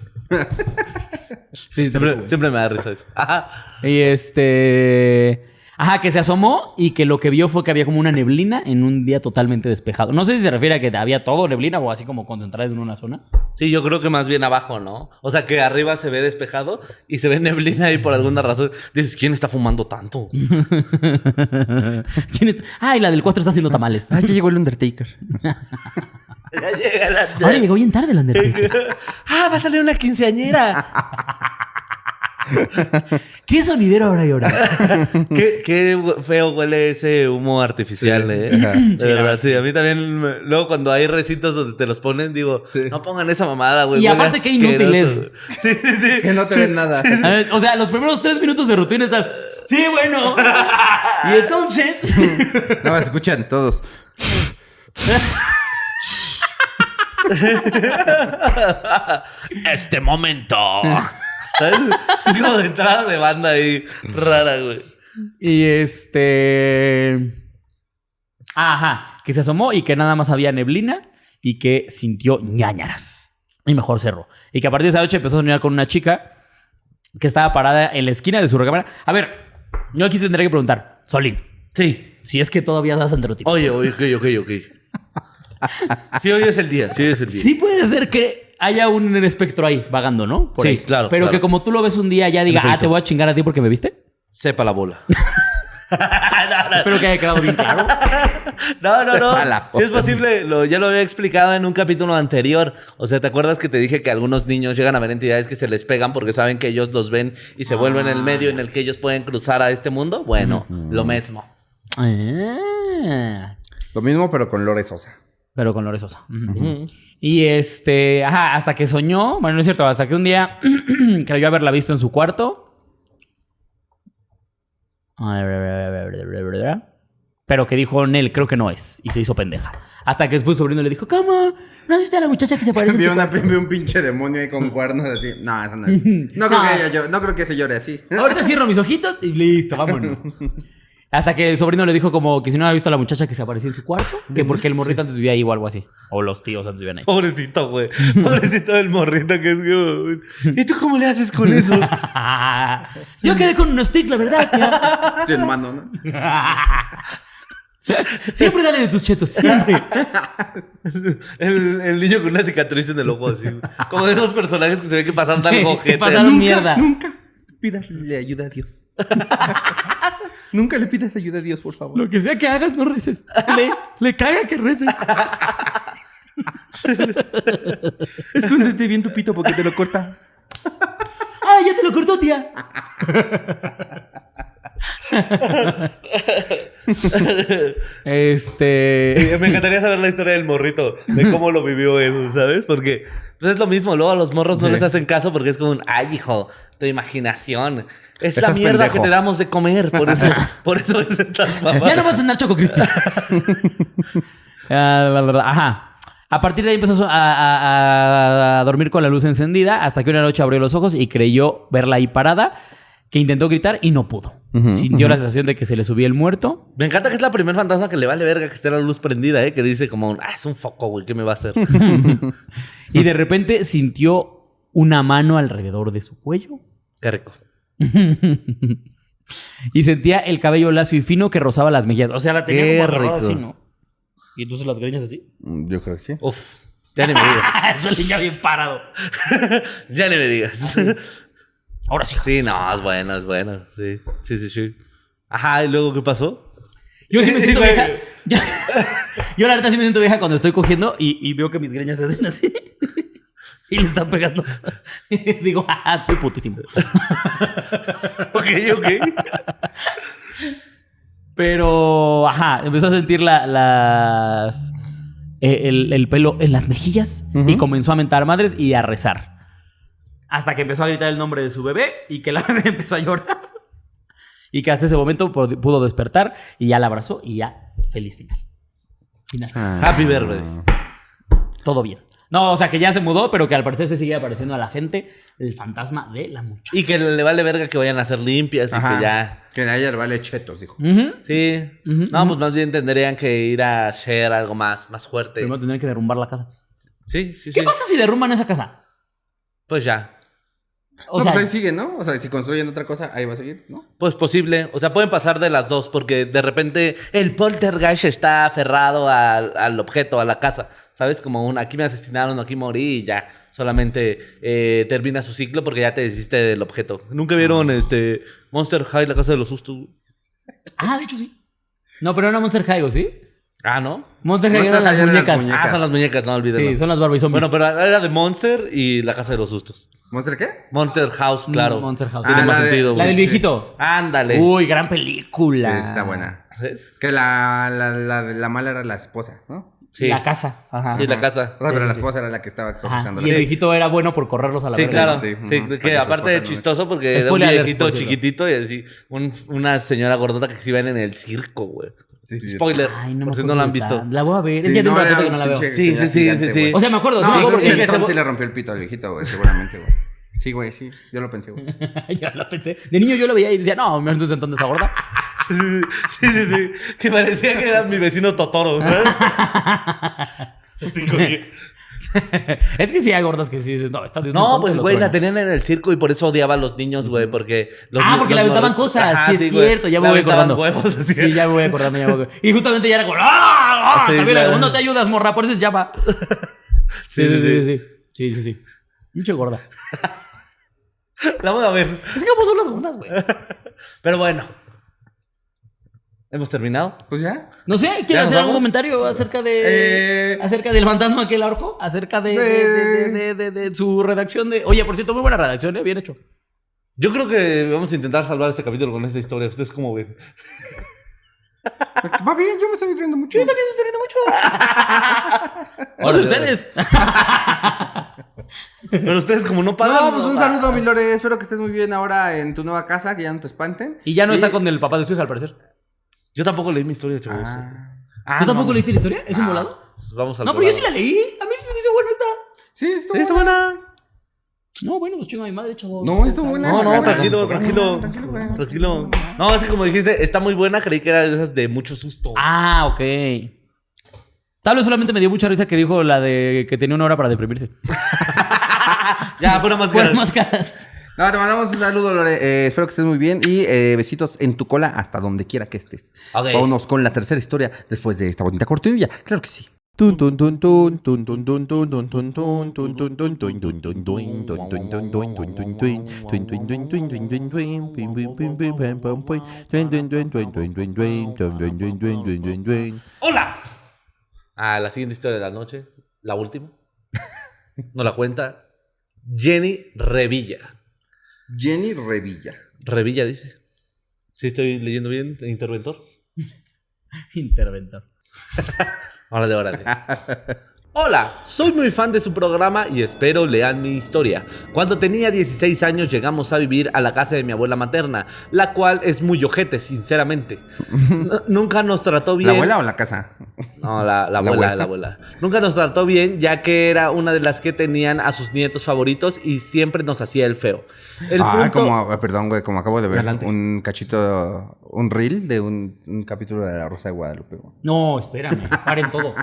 S2: Sí,
S4: Siempre, siempre me da risa eso. Ajá.
S2: Y este. Ajá, que se asomó y que lo que vio fue que había como una neblina en un día totalmente despejado. No sé si se refiere a que había todo neblina o así como concentrado en una zona.
S4: Sí, yo creo que más bien abajo, ¿no? O sea, que arriba se ve despejado y se ve neblina ahí por alguna razón. Dices, ¿quién está fumando tanto?
S2: ¿Quién está? Ay, la del 4 está haciendo tamales.
S1: Ah, ya llegó el Undertaker.
S4: Ya llega la-
S3: Ahora llegó bien tarde el Undertaker.
S4: Ah, va a salir una quinceañera.
S3: ¿Qué sonidero ahora y ahora?
S4: qué, qué feo huele ese humo artificial,
S1: Sí.
S4: ¿eh?
S1: Ajá.
S4: De verdad, sí. A mí también, me- luego cuando hay recintos donde te los ponen, digo,
S1: Sí.
S4: no pongan esa mamada, güey.
S2: Y
S4: huele
S2: aparte, qué inútil
S4: asqueroso". Sí, sí, sí.
S1: Que no te ven nada.
S2: A ver, o sea, los primeros tres minutos de rutina estás. Sí, bueno.
S4: Ah,
S2: Y entonces.
S1: No, escuchan todos.
S4: Este momento. ¿Sabes? Es como de entrada de banda ahí rara, güey.
S2: Y este. Ajá, que se asomó y que nada más había neblina y que sintió ñañaras. Y mejor cerró. Y que a partir de esa noche empezó a soñar con una chica que estaba parada en la esquina de su recámara. A ver, yo aquí tendré que preguntar, Solín,
S4: Sí.
S2: si es que todavía das anterotipos.
S4: Oye, oye, ok, ok, ok. Sí, hoy es el día, sí, hoy es el día.
S2: Sí puede ser que haya un espectro ahí vagando, ¿no?
S4: Sí,
S2: ahí.
S4: claro,
S2: Pero
S4: claro.
S2: que como tú lo ves un día ya diga, ah,
S4: Perfecto.
S2: te voy a chingar a ti porque me viste.
S4: Sepa la bola.
S2: Espero que haya quedado bien claro.
S4: No, no,
S1: Sepa la
S4: no. Si es
S1: bola.
S4: posible, lo- ya lo había explicado en un capítulo anterior. O sea, ¿te acuerdas que te dije que algunos niños llegan a ver entidades que se les pegan porque saben que ellos los ven y se vuelven el medio en el que ellos pueden cruzar a este mundo? Bueno, lo mismo.
S2: Ah.
S1: Lo mismo, pero con Lore Sosa.
S2: Pero con Lore Sosa. Y este, ajá, hasta que soñó, bueno, no es cierto, hasta que un día creyó haberla visto en su cuarto. Pero que dijo Nel, creo que no es. Y se hizo pendeja. Hasta que después su sobrino le dijo, ¿cómo?
S3: ¿No viste a la muchacha que se parece? a ti?
S1: Vi, una, vi un pinche demonio ahí con cuernos así. No, esa no es. No creo,
S2: No.
S4: Ah.
S1: Que, ella llore- no creo que se llore así. ¿eh?
S2: Ahorita cierro mis ojitos y listo, vámonos. Hasta que el sobrino le dijo como que si no había visto a la muchacha que se aparecía en su cuarto, que porque el morrito antes vivía ahí o algo así. O los tíos antes vivían ahí.
S4: Pobrecito, güey. Pobrecito del morrito que es como... ¿Y tú cómo le haces con eso?
S3: Yo quedé con unos tics, la verdad. tía.
S1: Sin mano, ¿no?
S3: Siempre dale de tus chetos, siempre.
S4: El, el niño con una cicatriz en el ojo así. güey. Como de esos personajes que se ve que pasaron tan
S2: Sí,
S4: ojete.
S2: pasaron- Nunca, mierda.
S1: Nunca. Pídale ayuda a Dios. Nunca le pidas ayuda a Dios, por favor.
S3: Lo que sea que hagas, no reces. Le, le caga que reces.
S1: Escóndete bien tu pito porque te lo corta.
S3: ¡Ah, ya te lo cortó, tía!
S2: Este.
S4: Sí, Eh, me encantaría saber la historia del morrito, de cómo lo vivió él, ¿sabes? Porque pues es lo mismo, luego a los morros no
S2: Sí.
S4: les hacen caso porque es como un, ay, hijo, tu imaginación. Es la
S1: Estás
S4: mierda que
S1: pendejo".
S4: te damos de comer, por eso, por eso es esta
S3: Ya no
S4: mamada.
S3: vas a cenar Choco Crispy.
S2: Ah, la, la, la, Ajá. A partir de ahí empezó a, a- a- a dormir con la luz encendida hasta que una noche abrió los ojos y creyó verla ahí parada, que intentó gritar y no pudo. Sintió la sensación de que se le subía el muerto.
S4: Me encanta que es la primer fantasma que le vale verga que esté la luz prendida, ¿eh? Que dice como, un, ah, es un foco, güey, ¿qué me va a hacer?
S2: Y de repente sintió una mano alrededor de su cuello
S4: Qué rico.
S2: y sentía el cabello lacio y fino que rozaba las mejillas. O sea, la tenía
S4: Qué
S2: como amarrada
S4: rico.
S2: así, ¿no? Y entonces las greñas así.
S1: Mm, Yo creo que sí.
S4: Uf, ya ni me digas.
S2: Ah, eso le ya bien parado.
S4: ya ni me digas.
S2: Ah, Ahora sí.
S4: sí, no, es bueno, es bueno. Sí, sí, sí, sí. Ajá, ¿y luego qué pasó?
S2: Yo sí me siento
S4: Sí,
S2: vieja.
S4: güey.
S2: Yo, yo la verdad sí me siento vieja cuando estoy cogiendo y, y veo que mis greñas se hacen así. Y le están pegando. Digo, ah, soy putísimo.
S4: ok, ok.
S2: Pero, ajá, empezó a sentir la- las. eh, El, el pelo en las mejillas y comenzó a mentar madres y a rezar. Hasta que empezó a gritar el nombre de su bebé y que la bebé empezó a llorar. Y que hasta ese momento pod- pudo despertar y ya la abrazó y ya, feliz final. Final.
S4: Happy birthday.
S1: Ah.
S2: Todo bien. No, o sea, que ya se mudó, pero que al parecer se sigue apareciendo a la gente el fantasma de la muchacha.
S4: Y que le vale verga que vayan a hacer limpias y que ya.
S1: Que de ayer vale chetos, dijo.
S2: Ujú.
S4: Sí. No, pues más bien tendrían que ir a hacer algo más, más fuerte.
S2: Primero tendrían que derrumbar la casa.
S4: Sí, sí,
S2: ¿Qué
S4: sí.
S2: pasa si derrumban esa casa?
S4: Pues ya.
S2: O
S1: no,
S2: sea,
S1: pues ahí sigue, ¿no? O sea, si construyen otra cosa, ahí va a seguir, ¿no?
S4: Pues posible. O sea, pueden pasar de las dos porque de repente el poltergeist está aferrado al, al objeto, a la casa. ¿Sabes? Como un aquí me asesinaron, aquí morí y ya. Solamente eh, termina su ciclo porque ya te deshiciste del objeto. ¿Nunca vieron este Monster High, la casa de los sustos?
S2: Ah, de hecho sí. No, pero era Monster High, ¿o sí?
S4: Ah, ¿no?
S2: Monster High
S1: Monster
S2: eran las
S1: High eran las
S2: muñecas.
S1: muñecas.
S4: Ah, son las muñecas, no
S2: Ah,
S4: olvídenlo.
S2: sí, son las Barbie Zombies.
S4: Bueno, pero era de Monster y la casa de los sustos.
S1: ¿Monster qué?
S4: Monster House, claro.
S2: Mm, Monster House.
S4: Tiene
S1: Ah,
S4: más
S1: la de-
S4: sentido,
S2: la Uh,
S4: güey.
S2: del
S1: sí, sí.
S2: viejito.
S4: Ándale.
S2: Uy, gran
S1: Sí,
S2: película.
S1: está buena.
S4: ¿Sabes?
S1: Que la, la, la, la mala era la esposa, ¿no?
S4: Sí.
S2: La casa. Ajá.
S4: Sí, la casa.
S1: O sea, pero
S2: sí,
S1: la
S2: sí.
S1: esposa era la que estaba
S2: Ajá.
S1: exorcizando.
S2: Y el viejito era bueno por correrlos a la
S4: Sí,
S2: verga.
S4: claro.
S1: Sí,
S4: Sí,
S1: ajá. Para que
S4: que
S1: su
S4: aparte de
S1: esposa no-
S4: chistoso porque era un
S2: Spoiler alert,
S4: viejito
S2: por cierto.
S4: chiquitito y así un- una señora gordota que se iban en el circo, güey.
S1: Sí, sí.
S4: Spoiler.
S2: Ay, no me
S4: por si
S2: acuerdo
S4: no la han
S2: de
S4: visto.
S2: tal. La voy a ver.
S1: Sí,
S2: es que ya tengo
S1: no,
S2: un rato
S1: era
S2: que no la
S1: un
S2: veo.
S1: pinche
S4: Sí, sí,
S1: señor
S4: sí,
S1: gigante,
S4: sí, sí.
S1: güey.
S2: O sea, me acuerdo. sí,
S1: No,
S2: digo,
S1: creo que
S2: porque-
S1: el Tom sí le rompió el pito al viejito, güey, seguramente, güey. Sí, güey, sí. Yo lo pensé, güey.
S2: yo lo pensé. De niño yo lo veía y decía, no, me entonces entonces esa gorda.
S4: Sí, sí, sí, sí, sí. Que parecía que era mi vecino Totoro, ¿sabes? Sí, güey.
S2: es que sí hay gordas que sí dices, no, está de
S4: No, pues, güey, la tenían en el circo y por eso odiaba a los niños, güey, porque... los
S2: Ah,
S4: ni-
S2: porque
S4: los
S2: le aventaban
S4: mor-
S2: cosas.
S4: Ajá,
S2: sí, es
S4: güey.
S2: cierto. Ya me
S4: Le
S2: voy
S4: aventaban
S2: acordando.
S4: huevos, así.
S2: Sí, ya me voy acordando. Ya me voy acordando. Y justamente ya era como, ¡ah! ah!
S4: Sí,
S2: También era
S4: claro.
S2: como, no te ayudas, morra, por eso es llama. Sí, sí, sí. Sí, sí, sí. sí. Mucho gorda.
S4: La voy a ver.
S2: Es que como son las gordas, güey.
S4: Pero bueno. ¿Hemos terminado?
S1: Pues ya.
S2: No sé, ¿quieres
S4: nos
S2: hacer algún
S4: vamos?
S2: comentario acerca de.
S1: Eh.
S2: acerca del fantasma que el arco? Acerca de, de, de- de- de- de su redacción de. Oye, por cierto, muy buena redacción, ¿eh? bien hecho.
S4: Yo creo que vamos a intentar salvar este capítulo con esta historia. ¿Ustedes cómo ven?
S1: Va bien, yo me estoy riendo mucho. Yo también.
S2: me estoy riendo mucho. No sé ustedes.
S4: Pero ustedes como no pagan...
S1: No, pues un
S4: va.
S1: saludo, mi Lore. Espero que estés muy bien ahora en tu nueva casa, que ya no te espanten.
S2: Y ya no está con el papá de su hija, al parecer.
S4: Yo tampoco leí mi historia, chavos.
S1: Ah.
S4: Ah,
S2: ¿Tú tampoco
S4: no. Ah,
S2: leíste la historia? ¿Es un volado?
S4: Vamos al
S2: No, pero yo
S4: volado.
S2: sí la leí. A mí sí se me hizo buena esta.
S1: Sí, estuvo.
S4: Sí, está buena.
S2: No, bueno, pues chingo a mi madre, chavos.
S1: No, estuvo
S2: Ah,
S1: buena.
S4: No, no,
S1: Bueno,
S4: tranquilo,
S1: tranquilo,
S4: tranquilo.
S1: bueno.
S4: Tranquilo. No, es que como dijiste, está muy buena. Creí que era de esas de mucho susto.
S2: Ah, ok. Tal vez solamente me dio mucha risa que dijo la de que tenía una hora para deprimirse.
S4: Ya, fuera más
S2: Fueron
S4: grande.
S2: más caras.
S1: No, te mandamos un saludo, Lore. Eh, espero que estés muy bien y eh, besitos en tu cola hasta donde quiera que estés.
S4: Ok.
S1: Vámonos con la tercera historia después de esta bonita cortinilla. Claro que sí.
S5: Tun, tun, tun, tun, tun, tun, tun, tun, tun, tun, tun, tun, tun, tun, tun, tun, tun, tun, tun, tun, tun, tun, tun, tun, tun, tun, tun, tun, tun, tun, tun, tun, pim, pim, pim, pim, pam, pam, pum, tun, tun, tun, tun, tun, tun, tun, tun, tun, tun, tun, tun, tun, tun.
S4: ¡Hola! A la siguiente historia de la noche, la última, nos la cuenta Jenny Revilla.
S1: Jenny Revilla.
S4: Revilla dice. ¿Sí estoy leyendo bien, interventor?
S2: Interventor.
S4: Órale, órale. Hola, soy muy fan de su programa y espero lean mi historia. Cuando tenía 16 años llegamos a vivir a la casa de mi abuela materna, la cual es muy ojete, sinceramente. N- nunca nos trató bien.
S1: ¿La abuela o la casa?
S4: No, la, la abuela,
S1: abuela.
S4: la abuela. Nunca nos trató bien, ya que era una de las que tenían a sus nietos favoritos y siempre nos hacía el feo. El
S1: ah,
S4: punto-
S1: como, perdón, güey, como acabo de ver
S4: Adelante.
S1: un cachito, un reel de un, un capítulo de La Rosa de Guadalupe, güey,
S2: No, espérame. Paren todo.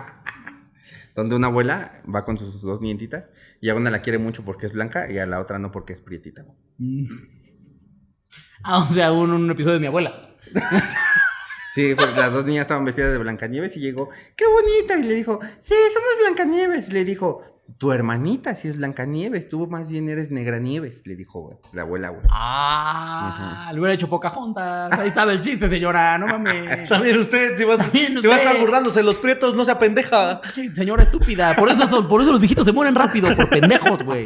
S1: donde una abuela va con sus dos nietitas y a una la quiere mucho porque es blanca y a la otra no porque es prietita. güey.
S2: Ah, o sea, un, un episodio de mi abuela.
S1: Sí, pues, las dos niñas estaban vestidas de Blancanieves y llegó, ¡qué bonita! Y le dijo, sí, somos Blancanieves. Y le dijo, tu hermanita sí es Blancanieves, tú más bien eres Negranieves, le dijo güey, la abuela, güey.
S2: Ah, le hubiera hecho Pocahontas. Ahí estaba el chiste, señora. No mames.
S4: También usted, si vas,
S2: También
S4: si vas a estar
S2: usted.
S4: burlándose de los prietos, no se apendeja.
S2: Che, Señora estúpida. Por eso, son- por eso los viejitos se mueren rápido, por pendejos, güey.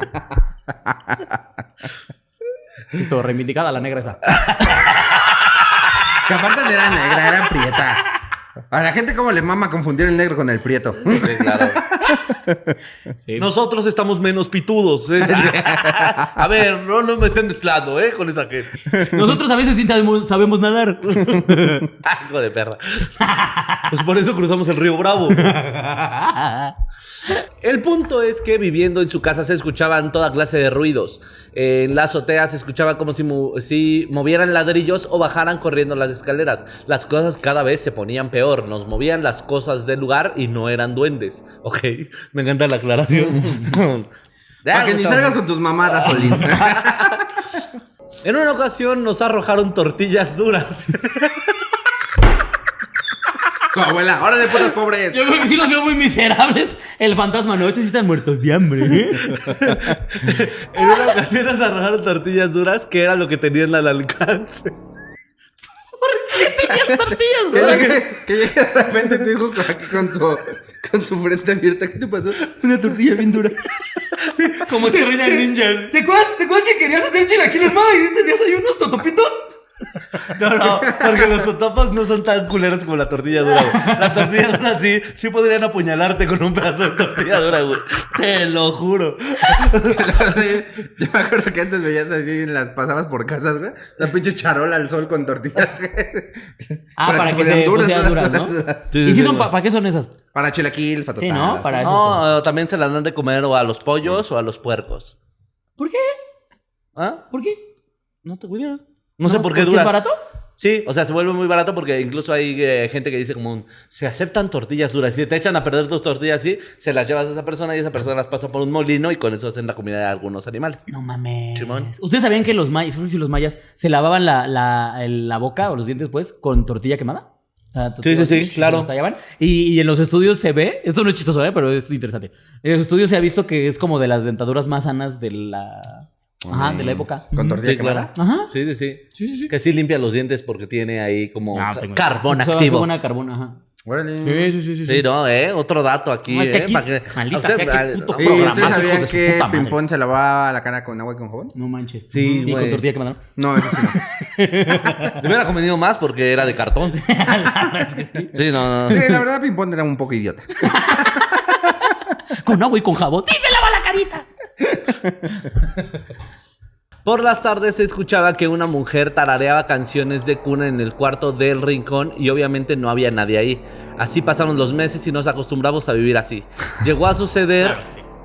S2: Listo, reivindicada la negra esa.
S1: Que aparte no era negra, era prieta. A la gente como le mama confundir el negro con el prieto.
S2: Sí.
S4: Nosotros estamos menos pitudos. ¿eh? a ver, no, no me estén mezclando, ¿eh? Con esa gente.
S2: Nosotros a veces sí sabemos, sabemos nadar.
S4: Ah, Hijo de perra. Pues por eso cruzamos el río Bravo. El punto es que viviendo en su casa se escuchaban toda clase de ruidos. En la azotea se escuchaba como si, mu- si movieran ladrillos o bajaran corriendo las escaleras. Las cosas cada vez se ponían peor. Nos movían las cosas del lugar y no eran duendes. Ok, me encanta la aclaración.
S1: Para que ni salgas con tus mamadas, Solín.
S4: En una ocasión nos arrojaron tortillas duras.
S1: Su abuela, órale, putas pobres.
S2: Yo creo que sí los veo muy miserables. El fantasma noche sí están muertos de hambre. ¿eh?
S4: En una ocasión nos arrojaron tortillas duras, que era lo que tenían al alcance.
S2: Las tortillas,
S1: Que
S2: güey.
S1: llegue, que llegue de repente tu hijo con, aquí con, tu, con su frente abierta. ¿Qué te pasó? Una tortilla bien dura.
S2: Como estrella ninja. ¿Te acuerdas, ¿Te acuerdas que querías hacer chilaquiles, ma? Y tenías ahí unos totopitos.
S4: No, no, porque los totopas no son tan culeros como la tortilla dura, güey. La tortilla dura sí, sí podrían apuñalarte con un pedazo de tortilla dura, güey. Te lo juro.
S1: Sí, yo me acuerdo que antes veías así, las pasabas por casas, güey. La pinche charola al sol con tortillas, güey.
S2: Ah, para que
S1: pusieran
S2: se pusieran duras, ¿no?
S1: duras.
S2: ¿Y si son pa- para qué son esas?
S1: Para chilaquiles, para
S2: Sí,
S1: tostadas.
S2: ¿no? Para eso.
S4: No, eh, también se las dan de comer o a los pollos o a los puercos.
S2: ¿Por qué?
S4: ¿Ah?
S2: ¿Por qué?
S4: No te cuidan. No sé por qué
S2: ¿Porque
S4: duras.
S2: ¿Es barato?
S4: Sí, o sea, se vuelve muy barato porque incluso hay eh, gente que dice como un, se aceptan tortillas duras. Si te echan a perder tus tortillas así, se las llevas a esa persona y esa persona las pasa por un molino y con eso hacen la comida de algunos animales.
S2: No mames.
S4: Simón.
S2: ¿Ustedes sabían que los mayas, creo que sí los mayas, se lavaban la, la, el- la boca o los dientes, pues, con tortilla quemada? O sea, tortilla-
S4: sí, sí,
S2: se
S4: claro.
S2: los tallaban. Y, y en los estudios se ve, esto no es chistoso, ¿eh? pero es interesante. En los estudios se ha visto que es como de las dentaduras más sanas de la. Ajá, de la época.
S1: Con tortilla
S4: Sí, claro.
S1: quemada.
S2: Ajá.
S4: Sí, sí, sí. Que sí limpia los dientes porque tiene ahí como
S2: Ah,
S4: ca-
S2: tengo-
S4: carbón
S2: Se- se- se-
S4: activo.
S2: buena carbón, ajá.
S1: Órale.
S2: sí, sí,
S4: Sí, no, eh, otro dato aquí,
S2: No, es que
S4: eh,
S2: aquí-
S4: pa' que-
S2: maldita
S4: a usted-
S2: sea, qué
S4: al-
S2: puto
S1: ¿Y
S4: no,
S2: programa.
S1: ustedes
S2: Programas, hijos
S1: sabían
S2: de su
S1: que
S2: puta madre.
S1: Pimpón se lavaba la cara con agua y con jabón?
S2: No manches.
S4: Sí,
S2: Ujú, Y
S4: güey.
S2: con tortilla quemada.
S1: No, eso sí no.
S4: Le hubiera convenido más porque era de cartón. Sí, no, no.
S1: Sí, la verdad, Pimpón era un poco idiota.
S2: Con agua y con jabón. ¡Sí, se lava la carita!
S4: Por las tardes se escuchaba que una mujer tarareaba canciones de cuna en el cuarto del rincón y obviamente no había nadie ahí. Así pasaron los meses y nos acostumbramos a vivir así. Llegó a suceder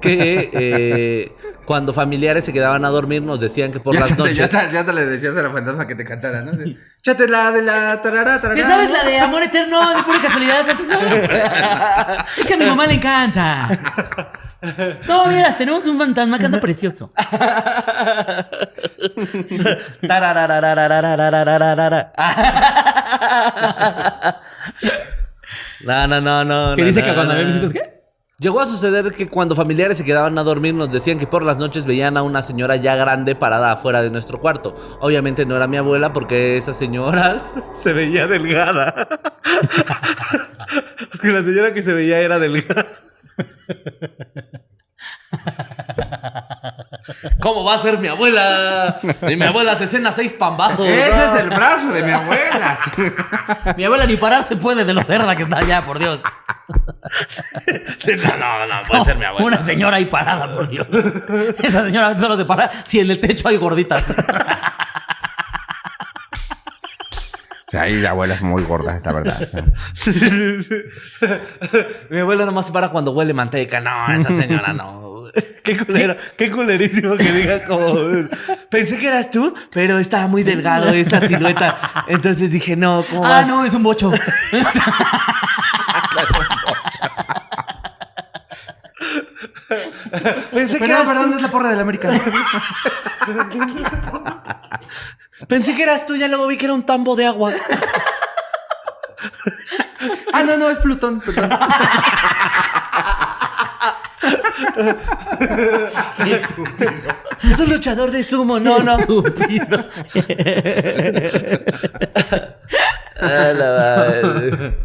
S4: que eh, cuando familiares se quedaban a dormir nos decían que por
S1: ya,
S4: las
S1: hasta- ya
S4: noches...
S1: hasta- ya hasta le decías a la fantasma que te cantara, ¿no? Sí. Échate la de la tarara, tarara.
S2: ¿Te sabes la de amor eterno de pura casualidad, fantasma? Es que a mi mamá le encanta. No, miras, tenemos un fantasma, canta precioso.
S4: Tararararararararararara. No, no, no, no.
S2: Que
S4: no,
S2: dice
S4: no,
S2: que cuando
S4: no,
S2: me
S4: no.
S2: visitas, ¿qué?
S4: Llegó a suceder que cuando familiares se quedaban a dormir nos decían que por las noches veían a una señora ya grande parada afuera de nuestro cuarto. Obviamente no era mi abuela porque esa señora se veía delgada. Porque la señora que se veía era delgada. ¿Cómo va a ser mi abuela? Y mi abuela se cena seis pambazos.
S1: Ese es el brazo de mi abuela.
S3: Mi abuela ni pararse puede de lo cerda que está allá, por Dios.
S4: Sí, No, no, no, puede ser mi abuela.
S3: Una señora ahí parada, por Dios. Esa señora solo se para si en el techo hay gorditas.
S1: Ahí la abuela es muy gorda, es la verdad.
S4: Sí, sí, sí. Mi abuela nomás se para cuando huele manteca. No, esa señora no. Qué culero, qué culerísimo que digas como. Pensé que eras tú, pero estaba muy delgado esa silueta. Entonces dije, no, ¿cómo va?
S3: Ah, no, es un bocho.
S4: Pensé que,
S1: Perdón,
S4: eras
S1: perdón, es la porra del América.
S4: tú. Pensé que eras tú, ya luego vi que era un tambo de agua.
S1: Ah, no, no, es Plutón. perdón.
S4: Es un luchador de sumo, no, no.
S3: Estúpido.
S4: Ah, la madre.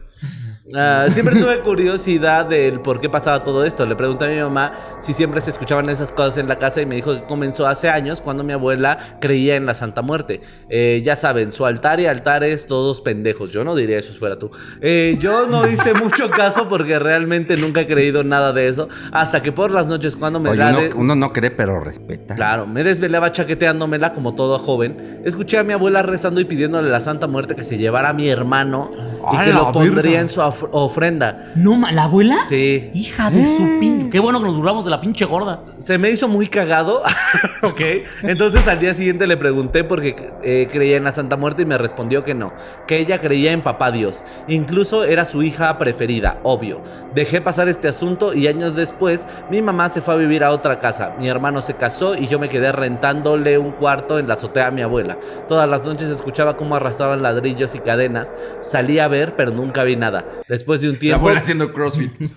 S4: Ah, siempre tuve curiosidad del por qué pasaba todo esto. Le pregunté a mi mamá si siempre se escuchaban esas cosas en la casa y me dijo que comenzó hace años cuando mi abuela creía en la Santa Muerte. Eh, ya saben, su altar y altares todos pendejos. Yo no diría eso si fuera tú. Eh, yo no hice mucho caso porque realmente nunca he creído nada de eso. Hasta que por las noches cuando me
S1: Oye,
S4: da
S1: uno,
S4: de-
S1: uno no cree, pero respeta.
S4: Claro, me desvelaba chaqueteándomela como todo joven. Escuché a mi abuela rezando y pidiéndole a la Santa Muerte que se llevara a mi hermano y
S1: ¡A
S4: que
S1: la
S4: lo pondría
S1: verga!
S4: en su of- ofrenda.
S3: No, ma- ¿la abuela?
S4: Sí.
S3: Hija de su pin. Mm. Qué bueno que nos duramos de la pinche gorda.
S4: Se me hizo muy cagado. ok. Entonces al día siguiente le pregunté porque eh, creía en la Santa Muerte y me respondió que no. Que ella creía en Papá Dios. Incluso era su hija preferida, obvio. Dejé pasar este asunto y años después mi mamá se fue a vivir a otra casa. Mi hermano se casó y yo me quedé rentándole un cuarto en la azotea a mi abuela. Todas las noches escuchaba cómo arrastraban ladrillos y cadenas. Salí a ver, pero nunca vi nada. Después de un
S1: La
S4: tiempo...
S1: abuela haciendo CrossFit. me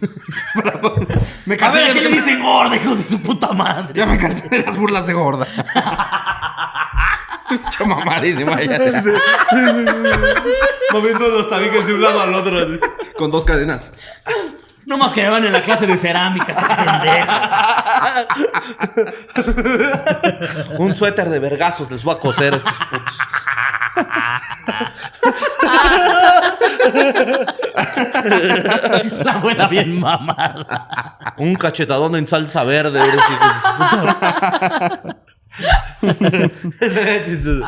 S3: A
S1: cansé
S3: ver, ¿a
S1: de-
S3: qué le dicen gorda, hijos de su puta madre?
S1: Ya me cansé de las burlas de gorda. Mucha mamadísima ya.
S4: Moviendo los tabiques de un lado al otro. así.
S1: Con dos cadenas.
S3: No más que me van en la clase de cerámica, estas pendejas.
S4: Un suéter de vergazos les voy a coser a estos putos.
S3: La abuela bien mamada.
S4: Un cachetadón en salsa verde. eres hijos de su puta. Chistoso.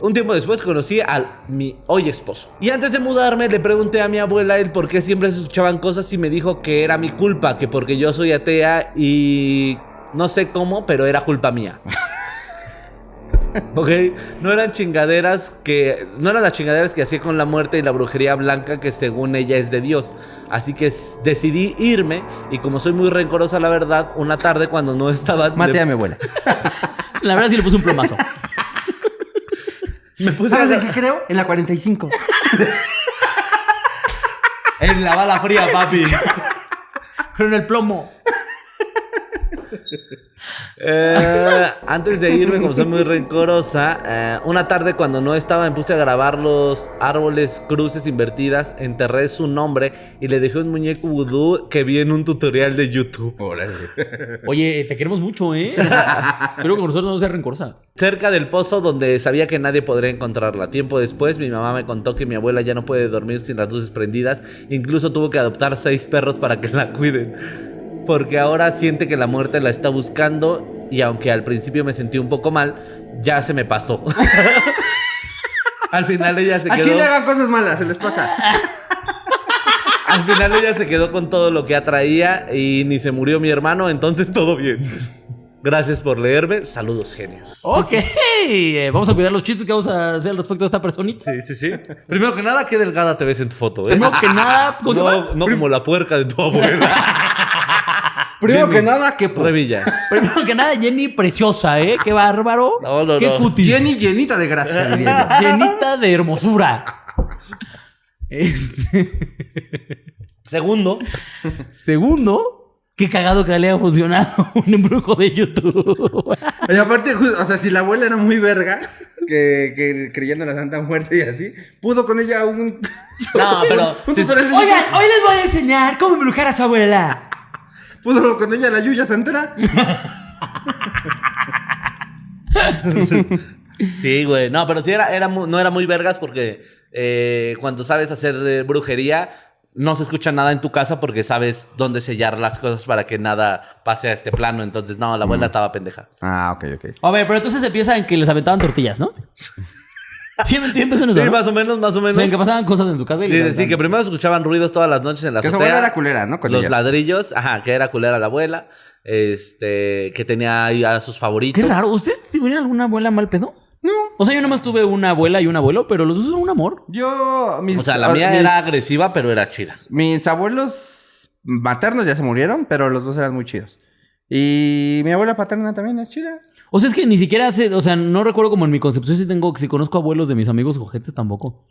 S4: Un tiempo después conocí a mi hoy esposo. Y antes de mudarme le pregunté a mi abuela el por qué siempre se escuchaban cosas y me dijo que era mi culpa, que porque yo soy atea y no sé cómo, pero era culpa mía. Ok, no eran chingaderas que. No eran las chingaderas que hacía con la muerte y la brujería blanca que según ella es de Dios. Así que s- decidí irme y como soy muy rencorosa, la verdad, una tarde cuando no estaba.
S1: Mate a mi
S4: me,
S1: abuela.
S3: La verdad sí le puse un plomazo.
S4: me puse a
S1: ¿Sabes en
S4: hacer-
S1: qué creo? En la 45.
S4: en la bala fría, papi.
S3: Pero en el plomo.
S4: Eh, antes de irme, como soy muy rencorosa, eh, una tarde cuando no estaba me puse a grabar los árboles cruces invertidas, enterré su nombre y le dejé un muñeco vudú que vi en un tutorial de YouTube.
S3: Oye, te queremos mucho, ¿eh? Espero que con nosotros no seas rencorosa.
S4: Cerca del pozo donde sabía que nadie podría encontrarla. Tiempo después, mi mamá me contó que mi abuela ya no puede dormir sin las luces prendidas. Incluso tuvo que adoptar seis perros para que la cuiden. Porque ahora siente que la muerte la está buscando. Y aunque al principio me sentí un poco mal, ya se me pasó. al final ella se
S1: A
S4: quedó.
S1: Chile hagan cosas malas, se les pasa.
S4: Al final ella se quedó con todo lo que atraía. Y ni se murió mi hermano, entonces todo bien. Gracias por leerme. Saludos, genios.
S3: Ok. eh, Vamos a cuidar los chistes que vamos a hacer al respecto de esta personita.
S4: Sí, sí, sí. Primero que nada, qué delgada te ves en tu foto, ¿eh?
S3: Primero que nada, ¿cómo se llama?
S4: No, no como la puerca de tu abuela.
S1: Primero que nada, que po-
S4: Revilla.
S3: Primero que nada, Jenny preciosa, ¿eh? Qué bárbaro.
S4: No, no,
S3: Qué
S4: no.
S3: cutis.
S1: Jenny llenita de gracia, diría yo.
S3: Llenita de hermosura. Este.
S4: Segundo,
S2: Segundo, qué cagado que le haya funcionado un embrujo de YouTube.
S1: Y aparte, ju- o sea, si la abuela era muy verga, que, que creyendo en la Santa Muerte y así, pudo con ella un.
S4: No, pero
S1: un
S4: si-
S1: tutorial de
S2: Oigan, hoy les voy a enseñar cómo embrujar a su abuela.
S1: YouTube. Pudo con ella la Yuya Santera.
S4: sí, güey. No, pero sí era, era mu- no era muy vergas porque eh, cuando sabes hacer eh, brujería, no se escucha nada en tu casa porque sabes dónde sellar las cosas para que nada pase a este plano. Entonces, no, la abuela estaba pendeja.
S1: Ah, ok, ok.
S2: A ver, pero entonces empieza en que les aventaban tortillas, ¿no? Sí, me entiendes eso,
S4: Sí,
S2: ¿no?
S4: más o menos, más o
S2: O
S4: menos.
S2: sea, en que pasaban cosas en su casa y les
S4: Sí, sí, que
S2: aventaban.
S4: primero escuchaban ruidos todas las noches en la
S1: Que su
S4: azotea.
S1: abuela era culera, ¿no? Con
S4: los
S1: ellas.
S4: ladrillos, ajá, que era culera la abuela. Este, que tenía ahí a sus favoritos.
S2: Qué raro. ¿Ustedes tuvieron alguna abuela mal pedo? No. O sea, yo nomás tuve una abuela y un abuelo, pero los dos son un amor.
S1: Yo. Mis,
S4: O sea, la mía
S1: mis-
S4: era agresiva, pero era chida.
S1: Mis abuelos maternos ya se murieron, pero los dos eran muy chidos. Y mi abuela paterna también es chida.
S2: O sea, es que ni siquiera sé, o sea, no recuerdo como en mi concepción si tengo, si conozco abuelos de mis amigos ojetes tampoco.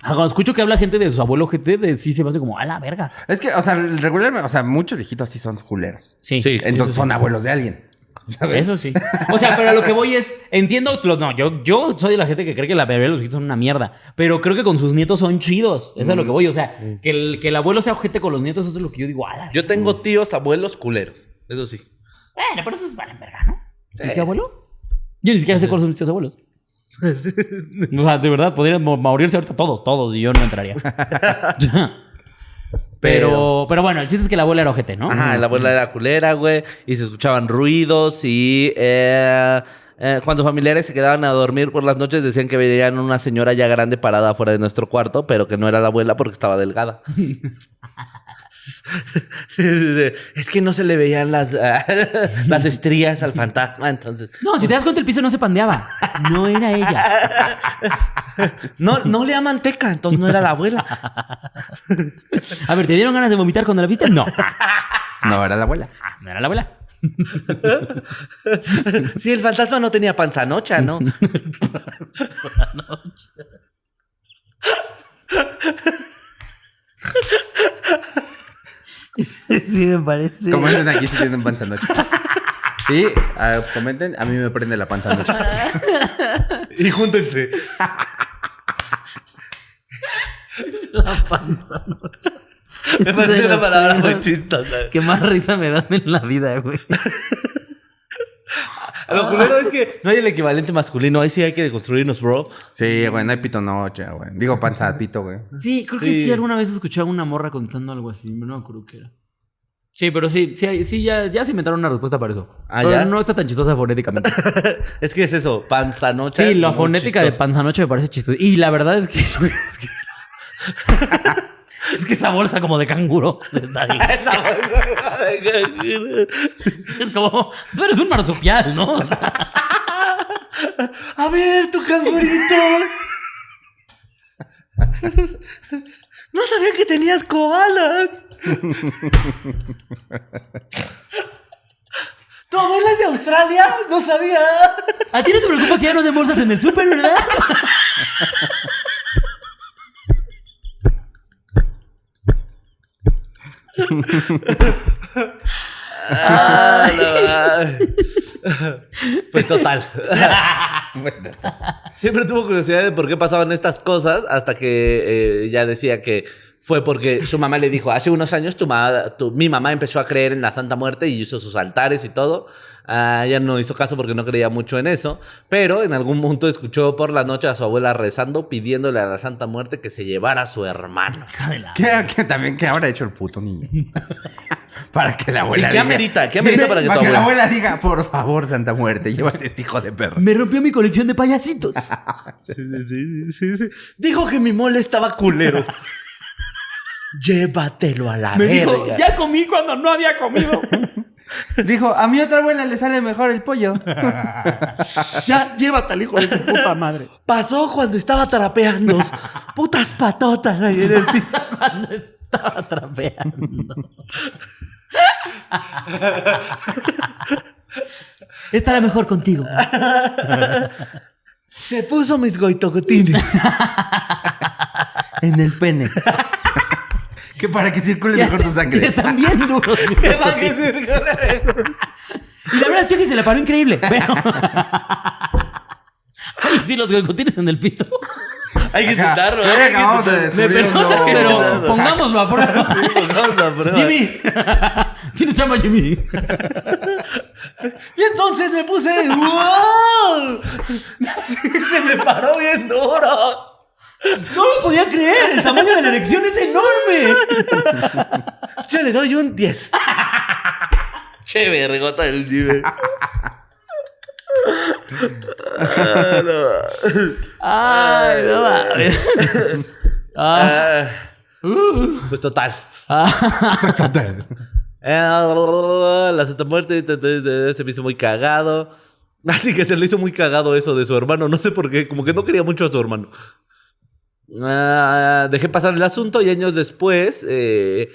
S2: Ah, Cuando escucho que habla gente de sus abuelos ojete, de sí se me hace como a la verga.
S1: Es que, o sea, regularmente, o sea, muchos viejitos sí son culeros.
S2: Sí.
S4: Sí.
S1: Entonces son abuelos de alguien.
S2: Eso sí. O sea, pero a lo que voy es, entiendo, los- no, yo, yo soy de la gente que cree que la mayoría de los hijos son una mierda, pero creo que con sus nietos son chidos. Eso es a lo que voy. O sea, que, el, que el abuelo sea ojete con los nietos, eso es lo que yo digo. A la
S4: Yo tengo tíos, abuelos, culeros. Eso sí.
S2: Bueno, pero eso es para verga, ¿no? ¿El tío abuelo? Yo ni siquiera sé cuáles son mis tíos abuelos. o sea, de verdad, podrían mo- morirse ahorita todos, todos, y yo no entraría. pero, pero bueno, el chiste es que la abuela era ojete, ¿no?
S4: Ajá, la abuela era culera, güey. Y se escuchaban ruidos y... eh, eh, cuando familiares se quedaban a dormir por las noches decían que veían una señora ya grande parada afuera de nuestro cuarto, pero que no era la abuela porque estaba delgada. Sí, sí, sí. Es que no se le veían las, ah, las estrías al fantasma, entonces...
S2: No, si te das cuenta, el piso no se pandeaba. No era ella.
S4: No, no le manteca, entonces no era la abuela.
S2: A ver, ¿te dieron ganas de vomitar cuando la viste? No.
S1: No, era la abuela.
S2: Ah, No era la abuela.
S4: Sí, el fantasma no tenía panzanocha, ¿no?
S2: Sí, me parece.
S1: Comenten aquí si tienen panza noche. Sí, ah, comenten, a mí me prende la panza noche.
S4: Y júntense.
S2: La panza. ¿no?
S4: Me
S2: Es de
S4: parece una
S2: las
S4: palabra muy
S2: primeras
S4: chistosa.
S2: Que más risa me dan en la vida, güey.
S4: Lo culero es que Ah. no hay el equivalente masculino. Ahí sí hay que deconstruirnos, bro.
S1: Sí, güey, no hay pito noche, güey. Digo panza pito, güey.
S2: Sí, creo que sí. alguna vez escuché a una morra contando algo así, pero no creo que era. Sí, pero sí, sí, sí ya, ya se inventaron una respuesta para eso.
S4: Ah,
S2: Pero
S4: ¿ya?
S2: no está tan chistosa fonéticamente.
S4: Es que es eso, panzanocha.
S2: Sí, la
S4: muy
S2: fonética de
S4: chistoso.
S2: panzanoche me parece chistosa. Y la verdad es que... Es que, es que esa bolsa como de canguro está bien. Es como, tú eres un marsupial, ¿no? O sea,
S4: A ver, tu cangurito. No sabía que tenías koalas. ¿Tu abuela es de Australia? No sabía.
S2: a ti no te preocupa que ya no den bolsas en el súper, ¿verdad?
S4: Ah, pues total.
S1: Bueno,
S4: Siempre tuvo curiosidad de por qué pasaban estas cosas hasta que eh, ya decía que fue porque su mamá le dijo, hace unos años tu ma- tu- mi mamá empezó a creer en la Santa Muerte y hizo sus altares y todo. Ah, ella no hizo caso porque no creía mucho en eso, pero en algún momento escuchó por la noche a su abuela rezando pidiéndole a la Santa Muerte que se llevara a su hermano.
S1: ¿Qué, qué- también qué habrá hecho el puto niño? para que la abuela
S4: Sí, ¿qué
S1: diga.
S4: amerita? ¿Qué amerita para que tu
S1: la
S4: abuela-
S1: abuela diga, por favor, Santa Muerte, llévate este hijo de perro.
S2: Me rompió mi colección de payasitos.
S4: Dijo que mi mole estaba culero. Llévatelo a la
S2: Me dijo,
S4: verga.
S2: ya comí cuando no había comido.
S1: Dijo, a mi otra abuela le sale mejor el pollo.
S2: Ya, llévate al hijo de su puta madre.
S4: Pasó cuando estaba tarapeando. Putas patotas ahí en el piso.
S2: Cuando estaba trapeando. Estará mejor contigo.
S4: Se puso mis goitocotines.
S1: en el pene. Que para que circule mejor tu
S2: Ya
S1: sangre.
S2: Están bien duros. mis
S4: Para que circule.
S2: Y la verdad es que sí se le paró increíble. Pero... Ay, sí, los goicotines en el pito.
S4: Hay que
S1: Ajá.
S4: intentarlo.
S1: Creo que
S4: ¿eh?
S1: acabamos de
S2: Me
S1: descubrir un
S2: perdonas,
S1: nuevo-
S2: pero pongámoslo a prueba.
S4: Pongamos la prueba.
S2: Jimmy. ¿Quién se llama Jimmy?
S4: Y entonces me puse. ¡Wow! Se me paró bien duro.
S2: No lo podía creer. El tamaño de la erección es enorme.
S4: Yo le doy un 10. che, vergota del Jimmy. Ah, no.
S2: Ay, no mames. Ah,
S4: Ah, Pues total.
S1: Pues total.
S4: Eh, La Santa Muerte te- te- te- se me hizo muy cagado. Así que se le hizo muy cagado eso de su hermano. No sé por qué. Como que no quería mucho a su hermano. Ah, dejé pasar el asunto y años después eh,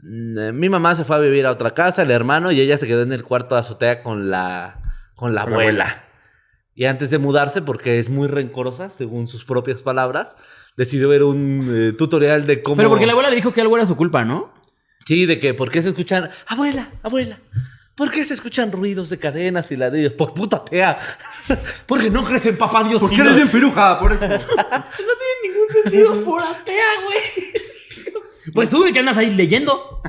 S4: mm, mi mamá se fue a vivir a otra casa, el hermano, y ella se quedó en el cuarto de azotea con la, con la abuela. Y antes de mudarse, porque es muy rencorosa, según sus propias palabras, decidió ver un eh, tutorial de cómo...
S2: Pero porque la abuela le dijo que algo era su culpa, ¿no?
S4: Sí, de que por qué se escuchan, abuela, abuela, ¿por qué se escuchan ruidos de cadenas y ladrillos? Por puta tea. Porque no crees en papá Dios.
S1: ¿Por qué
S4: mío.
S1: eres bien piruja? Por eso.
S2: No tiene ningún sentido por atea, güey. Pues tú, ¿de qué andas ahí leyendo?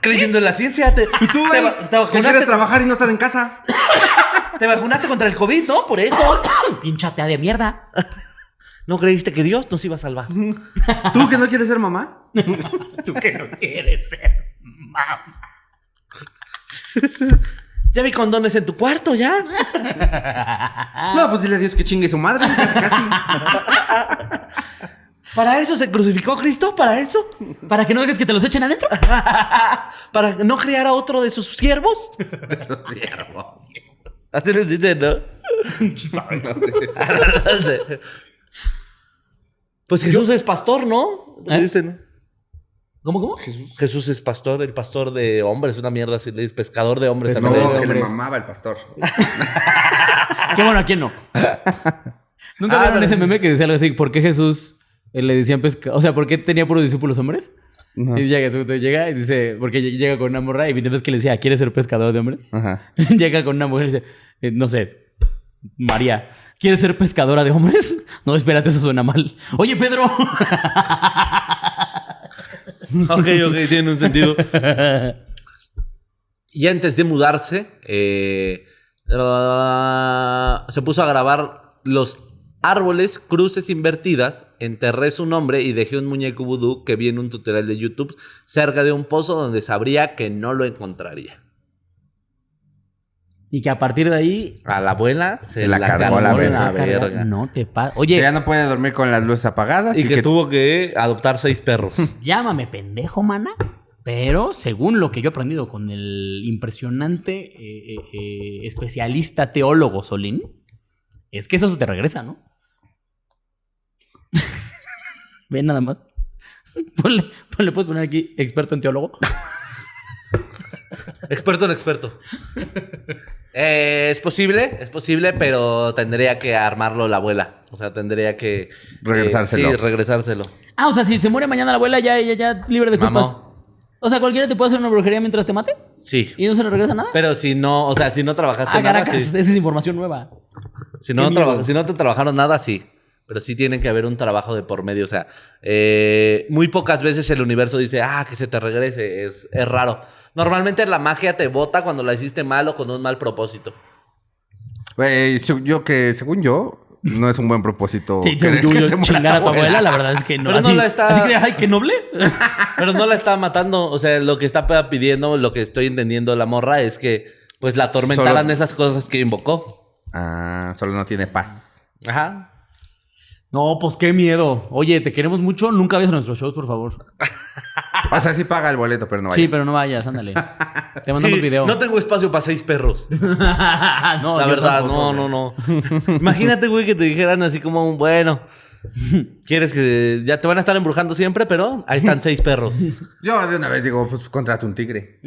S4: creyendo en la ciencia? Te,
S1: ¿Y tú,
S4: te,
S1: güey?
S4: va- te
S1: ¿Que quieres
S4: vacunaste,
S1: trabajar y no estar en casa?
S4: te vacunaste contra el COVID, ¿no? Por eso.
S2: Pinche atea de mierda.
S4: ¿No creíste que Dios nos iba a salvar?
S1: ¿Tú que no quieres ser mamá?
S2: Tú que no quieres ser mamá.
S4: Ya vi condones en tu cuarto, ya.
S1: No, pues dile a Dios que chingue su madre. Casi, casi.
S4: ¿Para eso se crucificó Cristo? ¿Para eso?
S2: Para que no dejes que te los echen adentro.
S4: ¿Para no crear a otro de sus siervos? Así les dicen, ¿no?
S1: No sé.
S4: Pues Jesús es pastor, ¿no?
S2: ¿Eh?
S4: Dicen.
S2: ¿Cómo, cómo?
S4: Jesús, Jesús es pastor, el pastor de hombres, una mierda así, le dice, pescador de
S1: No,
S4: hombres también. le
S1: que
S4: dicen.
S1: le mamaba el pastor.
S2: Qué bueno, ¿a quién no? ¿Nunca
S4: Ah,
S2: vieron
S4: pero-
S2: ese meme que decía algo así? ¿Por qué Jesús eh, le decían pescado? O sea, ¿por qué tenía puros discípulos hombres? Y llega Jesús, entonces llega y dice, porque ll- llega con una morra y ves que le decía, ¿quieres ser pescador de hombres?
S1: Ajá.
S2: llega con una mujer y dice, eh, no sé, María, ¿quieres ser pescadora de hombres? No, espérate, eso suena mal. Oye, Pedro.
S4: Ok, ok, tiene un sentido. y antes de mudarse, eh, ah, se puso a grabar los árboles, cruces invertidas, enterré su nombre y dejé un muñeco vudú que vi en un tutorial de YouTube cerca de un pozo donde sabría que no lo encontraría.
S2: y que a partir de ahí...
S4: A la abuela se,
S1: la cargó la
S4: cargó
S1: verga.
S2: carga,
S4: verga.
S2: No te pasa.
S1: Que ya
S2: Oye,
S1: no puede dormir con las luces apagadas.
S4: Y que, tuvo que adoptar seis perros.
S2: llámame pendejo, mana. Pero según lo que yo he aprendido con el impresionante eh, eh, eh, especialista teólogo Solín, es que eso se te regresa, ¿no? Ve nada más. Ponle, ponle, puedes poner aquí experto en teólogo.
S4: Experto en experto. Eh, es posible, es posible, pero tendría que armarlo la abuela. O sea, tendría que. eh,
S1: Regresárselo.
S4: sí, regresárselo.
S2: Ah, o sea, si se muere mañana la abuela, ya, ya, ya libre de culpas.
S4: Mamó.
S2: O sea, cualquiera te puede hacer una brujería mientras te mate
S4: Sí.
S2: y no se le regresa nada.
S4: Pero si no, o sea, si no trabajaste
S2: Ah,
S4: nada,
S2: caracas,
S4: sí.
S2: esa es información nueva.
S4: Si no,
S2: Qué
S4: traba-
S2: miedo.
S4: si no te trabajaron nada, sí. Pero sí tiene que haber un trabajo de por medio. O sea, eh, muy pocas veces el universo dice, ah, que se te regrese. Es, es raro. Normalmente la magia te bota cuando la hiciste mal o con un mal propósito.
S1: Güey, su- yo que, según yo, no es un buen propósito.
S4: Oh,
S2: Sí,
S1: querer
S2: según yo,
S1: que
S2: yo
S1: se muera
S2: chingar a tu abuela, la verdad es que no.
S4: Pero no
S2: así,
S4: la está-
S2: así que, ay, qué noble.
S4: Pero no la estaba matando. O sea, lo que está pe- pidiendo, lo que estoy entendiendo la morra es que pues la atormentaran
S1: Solo-
S4: esas cosas que invocó.
S1: Ah, solo no tiene paz.
S4: Ajá.
S2: No, pues qué miedo. Oye, te queremos mucho. Nunca vayas a nuestros shows, por favor.
S1: O sea, sí paga el boleto, pero no vaya.
S2: Sí, pero no vayas, ándale. Te mandamos
S4: Sí,
S2: video.
S4: No tengo espacio para seis perros.
S2: No,
S4: la
S2: yo
S4: verdad,
S2: tampoco,
S4: no,
S2: güey.
S4: no, no. Imagínate, güey, que te dijeran así como un bueno. Quieres que ya te van a estar embrujando siempre, pero ahí están seis perros.
S1: Yo de una vez digo, pues contrata un tigre.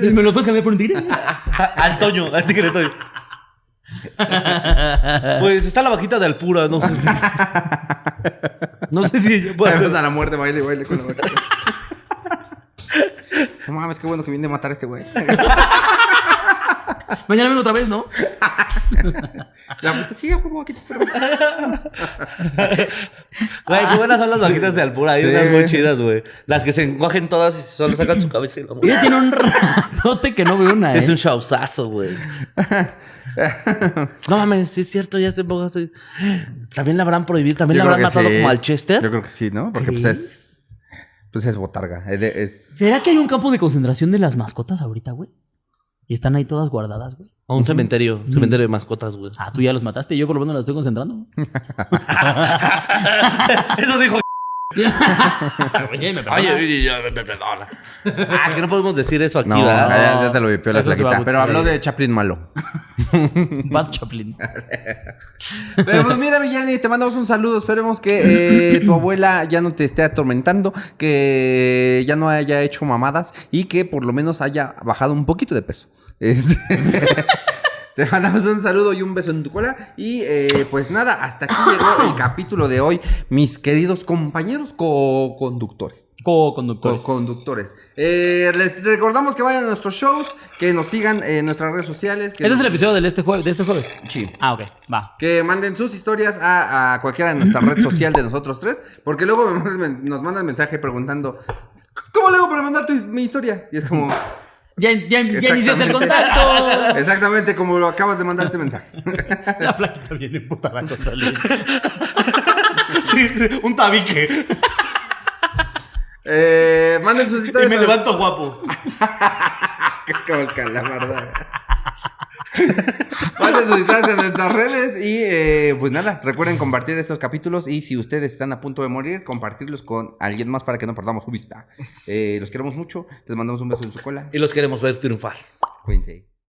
S2: ¿Me lo puedes cambiar por un tigre?
S4: al Toño, al tigre Toño. Pues está la vaquita de Alpura, no sé si. No sé si yo
S2: Pues,
S4: puedo
S1: Vamos
S4: hacer-
S1: a la muerte, baile, y baile con la vaca. No mames, qué bueno que viene a matar a este güey.
S2: Mañana vengo otra vez, ¿no?
S1: La puta, sí, a huevo, aquí pues, te espero.
S4: Güey, qué buenas son las vaquitas de Alpura. Hay
S1: Ah. Sí.
S4: unas muy chidas, güey. Las que se encogen todas y solo sacan su cabeza y lo
S2: Ella tiene un ratote que no veo una,
S4: Sí, es
S2: ¿eh?
S4: un showzazo, güey. no mames, sí es cierto, ya hace poco. se- También la habrán prohibido, también
S1: Yo
S4: la
S1: creo
S4: habrán
S1: que
S4: matado
S1: sí.
S4: como al
S1: Yo
S4: Chester.
S1: creo que sí, ¿no? Porque pues es. Pues es botarga. Es, de- es-
S2: ¿Será que hay un campo de concentración de las mascotas ahorita, güey? Y están ahí todas guardadas, güey.
S4: A un cementerio, cementerio de mascotas, güey.
S2: Ah, tú ya los mataste, yo por lo menos las estoy concentrando.
S4: Eso dijo.
S2: Oye, me
S4: Oye, oye, ya, me perdona. Ah, que no podemos decir eso aquí,
S1: No,
S4: ¿verdad?
S1: ya, ya te lo vipió la
S2: Eso se va a
S1: flaquita.
S2: botar.
S1: Pero habló de Chaplin malo.
S2: Bad Chaplin.
S1: Pero pues mira, Villani, te mandamos un saludo. Esperemos que eh, tu abuela ya no te esté atormentando, que ya no haya hecho mamadas y que por lo menos haya bajado un poquito de peso. Este, te mandamos un saludo y un beso en tu cola. Y eh, pues nada, hasta aquí llegó el capítulo de hoy, mis queridos compañeros co-conductores.
S2: Co-conductores.
S1: Co-conductores. Eh, les recordamos que vayan a nuestros shows, que nos sigan en nuestras redes sociales. Que
S2: Este es el episodio del este jueves, de este jueves.
S1: Sí.
S2: Ah, ok, va.
S1: Que manden sus historias a, a cualquiera de nuestra red social de nosotros tres, porque luego me mandan- nos mandan mensaje preguntando, ¿cómo le hago para mandar tu his- mi historia? Y es como,
S2: Ya, ya, ya iniciaste el
S1: Exactamente.
S2: contacto.
S1: exactamente como lo acabas de mandar este mensaje.
S2: La flaquita viene emputada con salud.
S3: un tabique.
S1: Eh, manden sus
S3: Y
S1: historias.
S3: me
S1: a-
S3: levanto guapo.
S1: como el calamardo. Manden sus historias en nuestras redes y eh, pues nada, recuerden compartir estos capítulos y si ustedes están a punto de morir, compartirlos con alguien más para que no perdamos su vista. Eh, los queremos mucho, les mandamos un beso en su cola.
S4: Y los queremos ver triunfar.
S1: Cuídense.